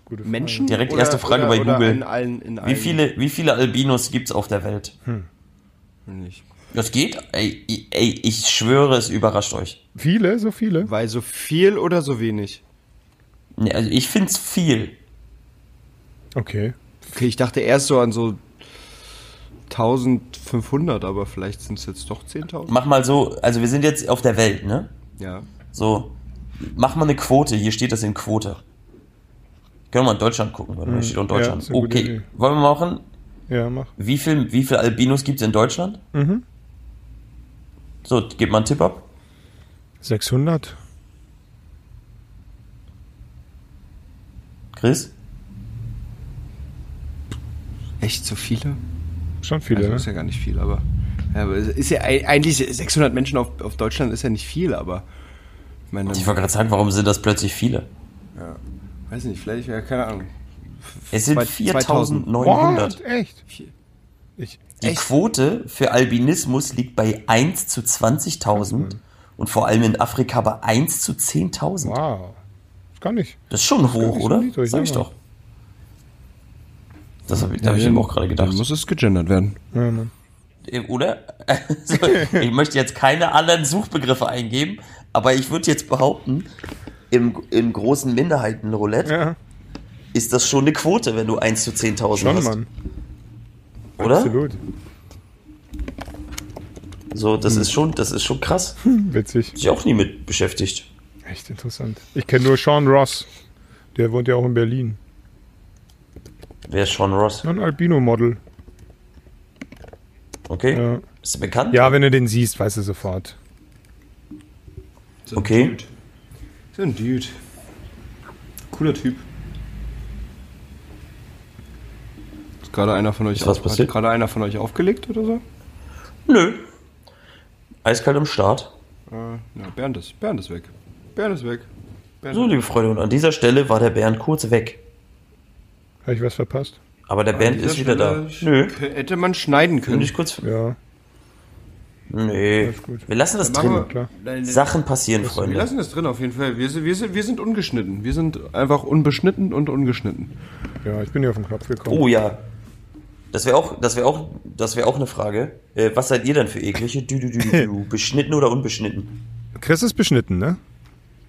S5: Gute Frage.
S4: Menschen?
S3: Direkt erste Frage bei Google.
S4: In allen, in
S3: Wie
S4: allen
S3: viele, wie viele Albinos gibt es auf der Welt?
S5: Hm.
S4: Nicht.
S3: Das geht? Ey, ey, ich schwöre, es überrascht euch.
S5: Viele, so viele.
S4: Weil so viel oder so wenig?
S3: Nee, also ich finde es viel.
S5: Okay.
S4: Okay, ich dachte erst so an so 1500, aber vielleicht sind es jetzt doch 10.000.
S3: Mach mal so, also wir sind jetzt auf der Welt, ne?
S4: Ja.
S3: So, mach mal eine Quote. Hier steht das in Quote. Können wir mal in Deutschland gucken, weil hier steht auch
S5: Hm. Ja,
S3: Deutschland.
S5: ist eine gute Idee.
S3: okay, wollen wir machen?
S5: Ja, mach.
S3: Wie viel, wie viel Albinos gibt es in Deutschland?
S5: Mhm.
S3: So, gib mal einen Tipp ab.
S5: 600?
S3: Chris?
S4: Echt so viele?
S5: Schon
S4: Also
S5: viele,
S4: ist
S5: ne?
S4: ja gar nicht viel, aber. Ja, aber es ist ja ei- eigentlich 600 Menschen auf, auf Deutschland ist ja nicht viel, aber. Ich meine,
S3: Ich wollte gerade sagen, warum sind das plötzlich viele?
S4: weiß nicht, vielleicht, ja, keine Ahnung.
S3: Es sind
S4: Zwei-
S3: 4900.
S5: What? Echt? Ich,
S3: Die Quote für Albinismus liegt bei 1 zu 20.000 und vor allem in Afrika bei 1 zu 10.000.
S5: wow. Das kann ich.
S3: Das ist schon
S5: gar
S3: hoch,
S5: nicht so
S3: oder?
S5: niedrig,
S3: Sag ich
S5: ja.
S3: doch. Das habe ich, da hab ich eben auch gerade gedacht.
S4: Dann muss es gegendert werden.
S5: Ja, Mann.
S3: Äh, Oder? Also, ich möchte jetzt keine anderen Suchbegriffe eingeben, aber ich würde jetzt behaupten, im, im großen Minderheitenroulette
S5: Ja,
S3: ist das schon eine Quote, wenn du 1 zu 10.000
S5: schon,
S3: hast.
S5: Mann.
S3: oder?
S5: Absolut.
S3: So, das ist schon, das ist schon krass.
S5: Witzig.
S3: Sich auch nie mit beschäftigt.
S5: Echt interessant. Ich kenne nur Sean Ross. Der wohnt ja auch in Berlin.
S3: Wer ist Sean Ross?
S5: Ein Albino-Model.
S3: Okay.
S5: Ja.
S3: Ist er bekannt?
S5: ja, wenn du den siehst, weißt du sofort.
S3: Okay.
S6: So ein Dude. Cooler Typ.
S4: Ist gerade einer von euch
S3: Ist was
S4: auf-
S3: passiert?
S4: Hat gerade einer von euch aufgelegt oder so?
S3: Nö. Eiskalt am Start.
S4: Äh, ja, Bernd ist, Bernd ist weg. Bernd ist weg.
S3: So, liebe Freunde, und an dieser Stelle war der Bernd kurz weg.
S5: Habe ich was verpasst?
S3: Aber der Bernd ist wieder da. Nö.
S4: Hätte man schneiden
S3: Bin
S4: können.
S3: ich kurz.
S5: Ja,
S3: Nee.
S5: Alles gut.
S3: Wir lassen das
S4: machen
S3: drin.
S4: wir-
S5: klar.
S4: Nein, nein,
S3: Sachen passieren,
S4: wir
S3: Freunde.
S4: lassen das drin auf jeden Fall. Wir, sind- wir, sind- wir sind ungeschnitten. Wir sind einfach unbeschnitten und ungeschnitten.
S5: Ja, ich bin hier auf den Knopf gekommen.
S3: Oh ja. Das wäre auch, das wäre auch, das wäre auch eine Frage. Äh, was seid ihr denn für eklige? Du, du, du, du, du. Beschnitten oder unbeschnitten?
S5: Chris ist beschnitten, ne?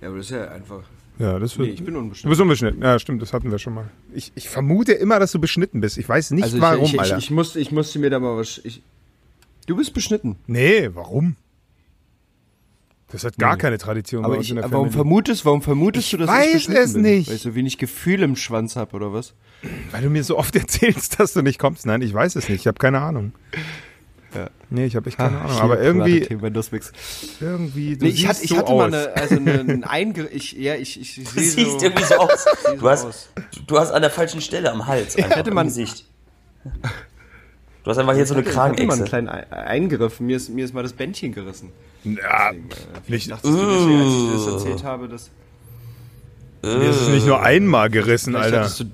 S4: Ja, aber das ist ja einfach.
S5: Ja, das wird.
S4: Nee, ich bin unbeschnitten.
S5: Du bist unbeschnitten. Ja, stimmt, das hatten wir schon mal. Ich, ich vermute immer, dass du beschnitten bist. Ich weiß nicht
S4: Also ich,
S5: warum,
S4: ich, ich,
S5: Alter.
S4: ich, musste, ich musste mir da mal was. Ich, du bist beschnitten.
S5: nee, warum? Das hat gar keine Tradition bei
S4: Aber
S5: uns
S4: ich,
S5: in der
S4: warum
S5: Family.
S4: vermutest, warum vermutest du, dass
S5: weiß
S4: ich beschnitten
S5: es
S4: bin?
S5: nicht.
S4: Weil ich so wenig Gefühl im Schwanz habe oder was?
S5: Weil du mir so oft erzählst, dass du nicht kommst. Nein, ich weiß es nicht. Ich habe keine Ahnung. Nee, ich habe echt
S4: Ah,
S5: keine Ahnung. Aber irgendwie,
S4: Thema, das wächst.
S5: irgendwie, du
S4: Nee,
S5: siehst
S4: ich hatte, ich
S5: so
S4: hatte
S5: aus.
S4: mal eine, also eine, ein Einge ich, ja, ich, ich, ich
S3: Du
S4: sehe
S3: siehst
S4: so,
S3: irgendwie so aus. Du hast,
S4: aus.
S3: du hast an der falschen Stelle am Hals. Einfach
S4: Hätte
S3: im
S4: man-
S3: Gesicht. Du hast einfach hier so eine
S4: ich hatte mal einen
S3: Kragenechse.
S4: kleinen Ei- Eingriff. Mir ist, mir ist mal das Bändchen gerissen.
S5: Ja, nicht,
S4: Dachtest du deswegen, als ich dir das erzählt habe, dass...
S5: mir ist es nicht nur einmal gerissen, Alter.
S4: Dachtest du-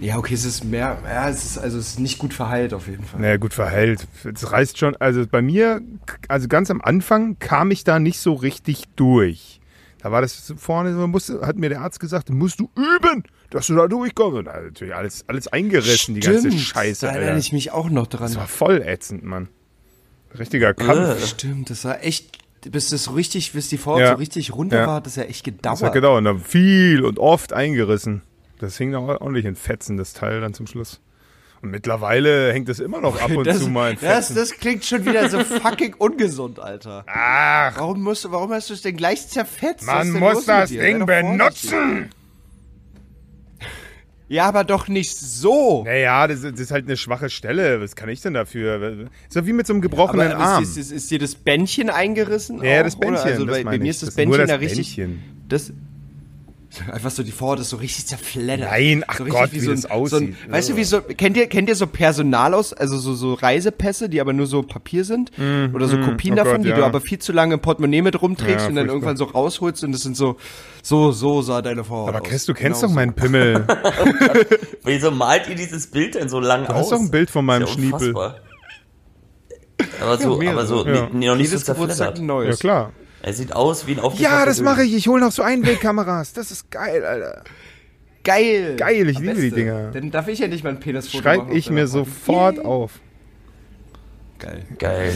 S4: Ja, okay, es ist mehr, ja, es ist, also es ist nicht gut verheilt auf jeden Fall.
S5: Naja, gut verheilt. Es reißt schon. Also bei mir, also ganz am Anfang kam ich da nicht so richtig durch. Da war das so vorne, so, musste, hat mir der Arzt gesagt, musst du üben, dass du da durchkommst. Und da natürlich alles, alles eingerissen, die ganze
S4: Stimmt,
S5: Scheiße,
S4: da erinnere
S5: Alter.
S4: ich mich auch noch dran.
S5: Das war voll ätzend, Mann. Richtiger Kampf.
S4: Stimmt, das war echt, bis das so richtig, bis die Vorhaut
S5: Ja.
S4: so richtig runter
S5: Ja.
S4: war, hat das ja echt gedauert.
S5: Das hat gedauert. Und dann viel und oft eingerissen. Das hing da ordentlich in Fetzen, das Teil dann zum Schluss. Und mittlerweile hängt es immer noch ab und
S4: das,
S5: zu mal in
S4: das,
S5: Fetzen.
S4: das klingt schon wieder so fucking ungesund, Alter.
S5: Ach,
S4: Warum, musst, du- warum hast du es denn gleich zerfetzt? Was
S5: man
S4: ist denn los
S5: muss
S4: mit
S5: das
S4: dir? Sei
S5: Ding
S4: doch vorsichtig.
S5: benutzen.
S4: Ja, aber doch nicht so.
S5: Naja, das, ist- das ist halt eine schwache Stelle. Was kann ich denn dafür? Ist ja wie mit so einem gebrochenen
S4: aber
S5: Arm.
S4: ist, ist, ist dir das Bändchen eingerissen?
S5: ja,
S4: auch,
S5: das
S4: oder?
S5: Bändchen.
S4: Also
S5: das
S4: bei, bei
S5: meine
S4: mir
S5: ich.
S4: ist das
S5: ist nur
S4: Bändchen
S5: das
S4: da richtig.
S5: Bändchen.
S4: Das, einfach so die Vorhaut ist so richtig zerfleddert.
S5: Nein, ach
S4: so
S5: Gott, wie
S4: so
S5: das
S4: So ein,
S5: aussieht.
S4: weißt du, wie so, kennt ihr, kennt ihr so Personal aus, also so, so Reisepässe, die aber nur so Papier sind? oder so Kopien
S5: oh
S4: davon,
S5: Gott,
S4: die
S5: ja.
S4: du aber viel zu lange im Portemonnaie mit rumträgst
S5: Ja,
S4: und dann
S5: furchtbar.
S4: irgendwann so rausholst und das sind so, so, so sah deine Vorhaut
S5: Aber
S4: aus.
S5: Chris, du kennst
S4: Genau
S5: doch meinen Pimmel. Du
S3: Wieso malt ihr dieses Bild denn so lang aus?
S5: hast doch ein Bild von meinem
S3: Ist ja
S5: Schniepel.
S3: unfassbar. Aber so,
S4: mehrere.
S3: aber so,
S5: Ja.
S3: nee, noch nicht so
S4: Jedes Geburtstag
S3: zerfleddert.
S4: ein
S5: Ja,
S4: neues.
S5: klar.
S3: Er sieht aus wie ein aufgepackter
S4: halt
S5: Ja, das mache ich. Ich hole noch so Einwegkameras. Das ist geil, Alter.
S4: Geil.
S5: Geil, ich
S4: Am
S5: liebe die
S4: besten.
S5: Dinger.
S4: Dann darf ich ja nicht mein Penisfoto machen.
S5: Schreibe
S4: auf
S5: ich
S4: deiner
S5: mir
S4: Vorhaut.
S5: sofort auf.
S4: Geil.
S3: Geil.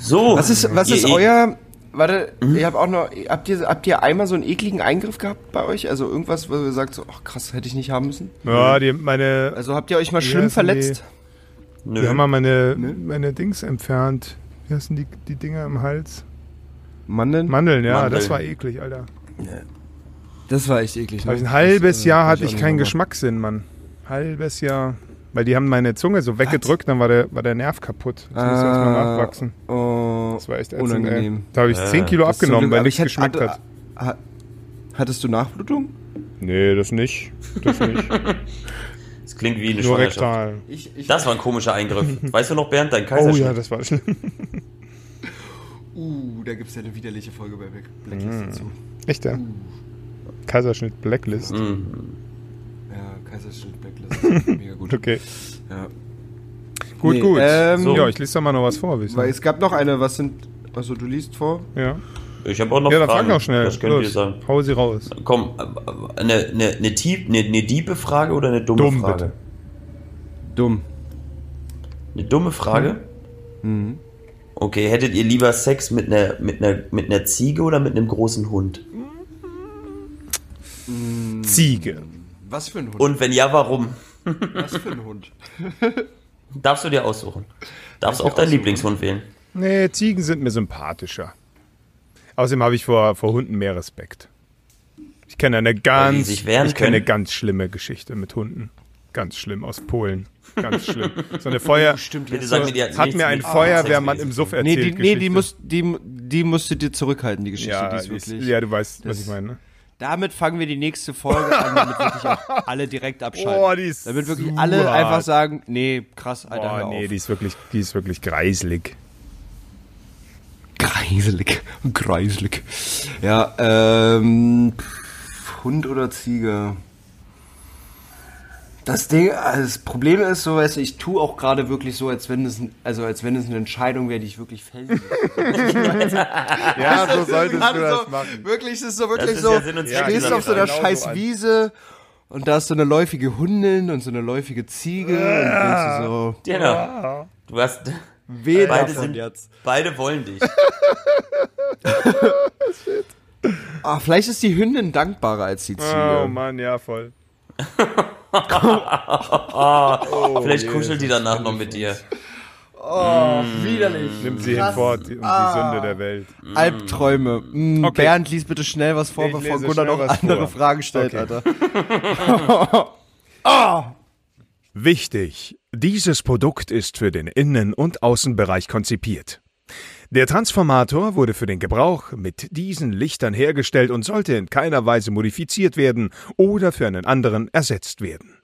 S3: So.
S4: Was ist, was
S3: ihr-
S4: ist
S3: ihr-
S4: euer. Warte,
S5: Mhm.
S4: ich hab auch noch. Habt ihr, habt ihr einmal so einen ekligen Eingriff gehabt bei euch? Also irgendwas, wo ihr sagt, so, ach krass, hätte ich nicht haben müssen?
S5: Ja, die, meine,
S4: Also habt ihr euch mal schlimm
S5: nee.
S4: verletzt?
S3: Nö.
S5: die haben mal meine, meine Dings entfernt. Wie heißen die, die Dinger im Hals?
S4: Mandeln?
S5: Mandeln, ja,
S3: Mandeln.
S5: das war eklig, Alter.
S4: Das war echt eklig.
S5: Da
S4: Ne?
S5: hab ich ein halbes
S4: Das, äh,
S5: Jahr
S4: hab
S5: hatte
S4: auch
S5: ich
S4: nicht
S5: keinen
S4: gemacht.
S5: Geschmackssinn, Mann. Halbes Jahr. Weil die haben meine Zunge so weggedrückt, dann war der, war der Nerv kaputt. Ich musste erst erstmal
S4: Ah,
S5: nachwachsen.
S4: Oh,
S5: Das war echt ätzend,
S4: unangenehm.
S5: Ey. Da habe ich 10 Kilo
S4: Das ist zum
S5: abgenommen,
S4: Glück-
S5: weil
S4: aber
S5: nichts
S4: hatte-
S5: geschmeckt hat.
S4: hatte- ha- Hattest du Nachblutung?
S5: Nee, das nicht. Das nicht.
S3: Das klingt wie eine
S5: Nur
S3: Schwangerschaft.
S5: rektal.
S4: Ich,
S3: Das war ein komischer Eingriff. Weißt du noch, Bernd, dein
S5: Oh ja,
S3: Kaiserschnitt?
S5: das war schlimm.
S4: uh, da gibt es ja eine widerliche Folge bei Black- Blacklist
S5: Hm.
S4: dazu.
S5: Echt, ja. Kaiserschnitt Blacklist.
S4: Ja, Kaiserschnitt Blacklist. Mega gut.
S5: Okay.
S4: Ja.
S5: Gut,
S4: Nee,
S5: gut.
S4: ähm,
S5: so. Ja, ich lese da mal noch was vor. wisst ihr.
S4: Weil es gab noch eine, was sind. Also du liest vor.
S5: Ja,
S3: ich habe auch noch
S5: ja dann
S3: Fragen.
S5: frag auch schnell.
S3: Das könnt ihr
S5: Los,
S3: sagen. Mhm.
S5: Hau sie raus.
S3: Komm, äh, eine, eine, eine, tief, eine, eine diebe Frage oder eine dumme
S5: Dumm,
S3: Frage?
S5: bitte.
S4: Dumm.
S3: Eine dumme Frage?
S4: Hm. Mhm.
S3: Okay, hättet ihr lieber Sex mit einer, mit, einer, mit einer Ziege oder mit einem großen Hund?
S5: Ziege.
S4: Was für ein Hund?
S3: Und wenn ja, warum?
S4: Was für ein Hund?
S3: Darfst du dir aussuchen. Darfst auch deinen Lieblingshund wählen.
S5: Nee, Ziegen sind mir sympathischer. Außerdem habe ich vor, vor Hunden mehr Respekt. Ich kenne eine
S3: die
S5: ganz, ich
S3: sich wehren
S5: kenne eine
S3: können.
S5: ganz schlimme Geschichte mit Hunden. Ganz schlimm aus Polen. Ganz schlimm. So eine Feuer. Stimmt,
S3: Bitte sag mir, die
S5: hat mir ein Feuerwehrmann im Suff
S4: Nee, die,
S5: erzählt.
S4: nee die,
S5: Geschichte.
S4: musst, die, die musst du dir zurückhalten, die Geschichte.
S5: Ja,
S4: die ist
S5: ich,
S4: wirklich.
S5: ja, du weißt, was ich meine. Ne?
S4: Damit fangen wir die nächste Folge an, damit wirklich auch alle direkt abschalten.
S5: Oh, die ist
S4: damit wirklich
S5: so
S4: alle
S5: hart.
S4: einfach sagen, nee, krass, Alter, hör
S5: Oh,
S4: auf.
S5: nee, die ist wirklich, die ist wirklich greiselig.
S4: Kreiselig. Kreiselig. Ja, ähm. pff, Hund oder Ziege? Das Ding, also das Problem ist, so weißt du, ich tue auch gerade wirklich so, als wenn es, ein- also als wenn es eine Entscheidung wäre, die ich wirklich fällen würde.
S5: Ja, so solltest
S4: Gerade so, Wirklich, es ist so wirklich
S3: ist
S4: so,
S3: ja Sinn und Zweck
S4: du stehst
S3: dieser
S4: auf so einer
S5: Sache. Genau
S4: scheiß
S5: so
S4: Wiese und da ist so eine läufige Hündin und so eine läufige Ziege und denkst du so,
S3: Genau. Du hast.
S4: weh
S3: Beide
S4: davon
S3: sind-
S4: jetzt.
S3: Beide wollen dich.
S4: Ah, vielleicht ist die Hündin dankbarer als die Ziege.
S5: Oh Mann, ja, voll.
S4: Oh,
S3: Vielleicht kuschelt die danach noch mit dir.
S4: Widerlich.
S5: Nimm sie hinfort und die
S4: Ah.
S5: Sünde der Welt.
S4: Albträume. Mm,
S5: Okay.
S4: Bernd, lies bitte schnell was vor,
S5: Ich
S4: bevor
S5: lese
S4: Gunnar
S5: schnell
S4: noch
S5: was
S4: andere
S5: vor.
S4: Fragen stellt,
S5: Okay.
S4: Alter.
S5: Wichtig! Dieses Produkt ist für den Innen- und Außenbereich konzipiert. Der Transformator wurde für den Gebrauch mit diesen Lichtern hergestellt und sollte in keiner Weise modifiziert werden oder für einen anderen ersetzt werden.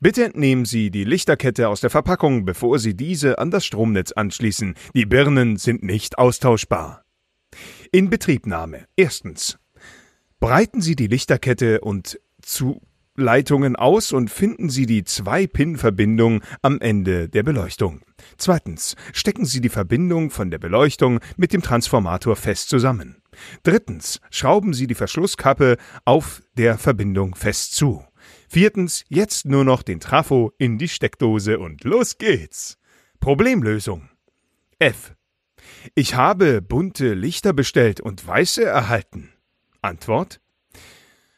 S5: Bitte entnehmen Sie die Lichterkette aus der Verpackung, bevor Sie diese an das Stromnetz anschließen. Die Birnen sind nicht austauschbar. Inbetriebnahme. Erstens. Breiten Sie die Lichterkette und zu Leitungen aus und finden Sie die Zwei-Pin-Verbindung am Ende der Beleuchtung. Zweitens, stecken Sie die Verbindung von der Beleuchtung mit dem Transformator fest zusammen. Drittens, schrauben Sie die Verschlusskappe auf der Verbindung fest zu. Viertens, jetzt nur noch den Trafo in die Steckdose und los geht's. Problemlösung. F. Ich habe bunte Lichter bestellt und weiße erhalten. Antwort?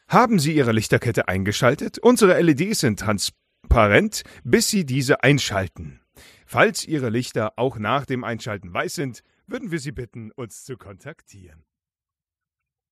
S5: Haben Sie Ihre Lichterkette eingeschaltet? Unsere LEDs sind transparent, bis Sie diese einschalten. Falls Ihre Lichter auch nach dem Einschalten weiß sind, würden wir Sie bitten, uns zu kontaktieren.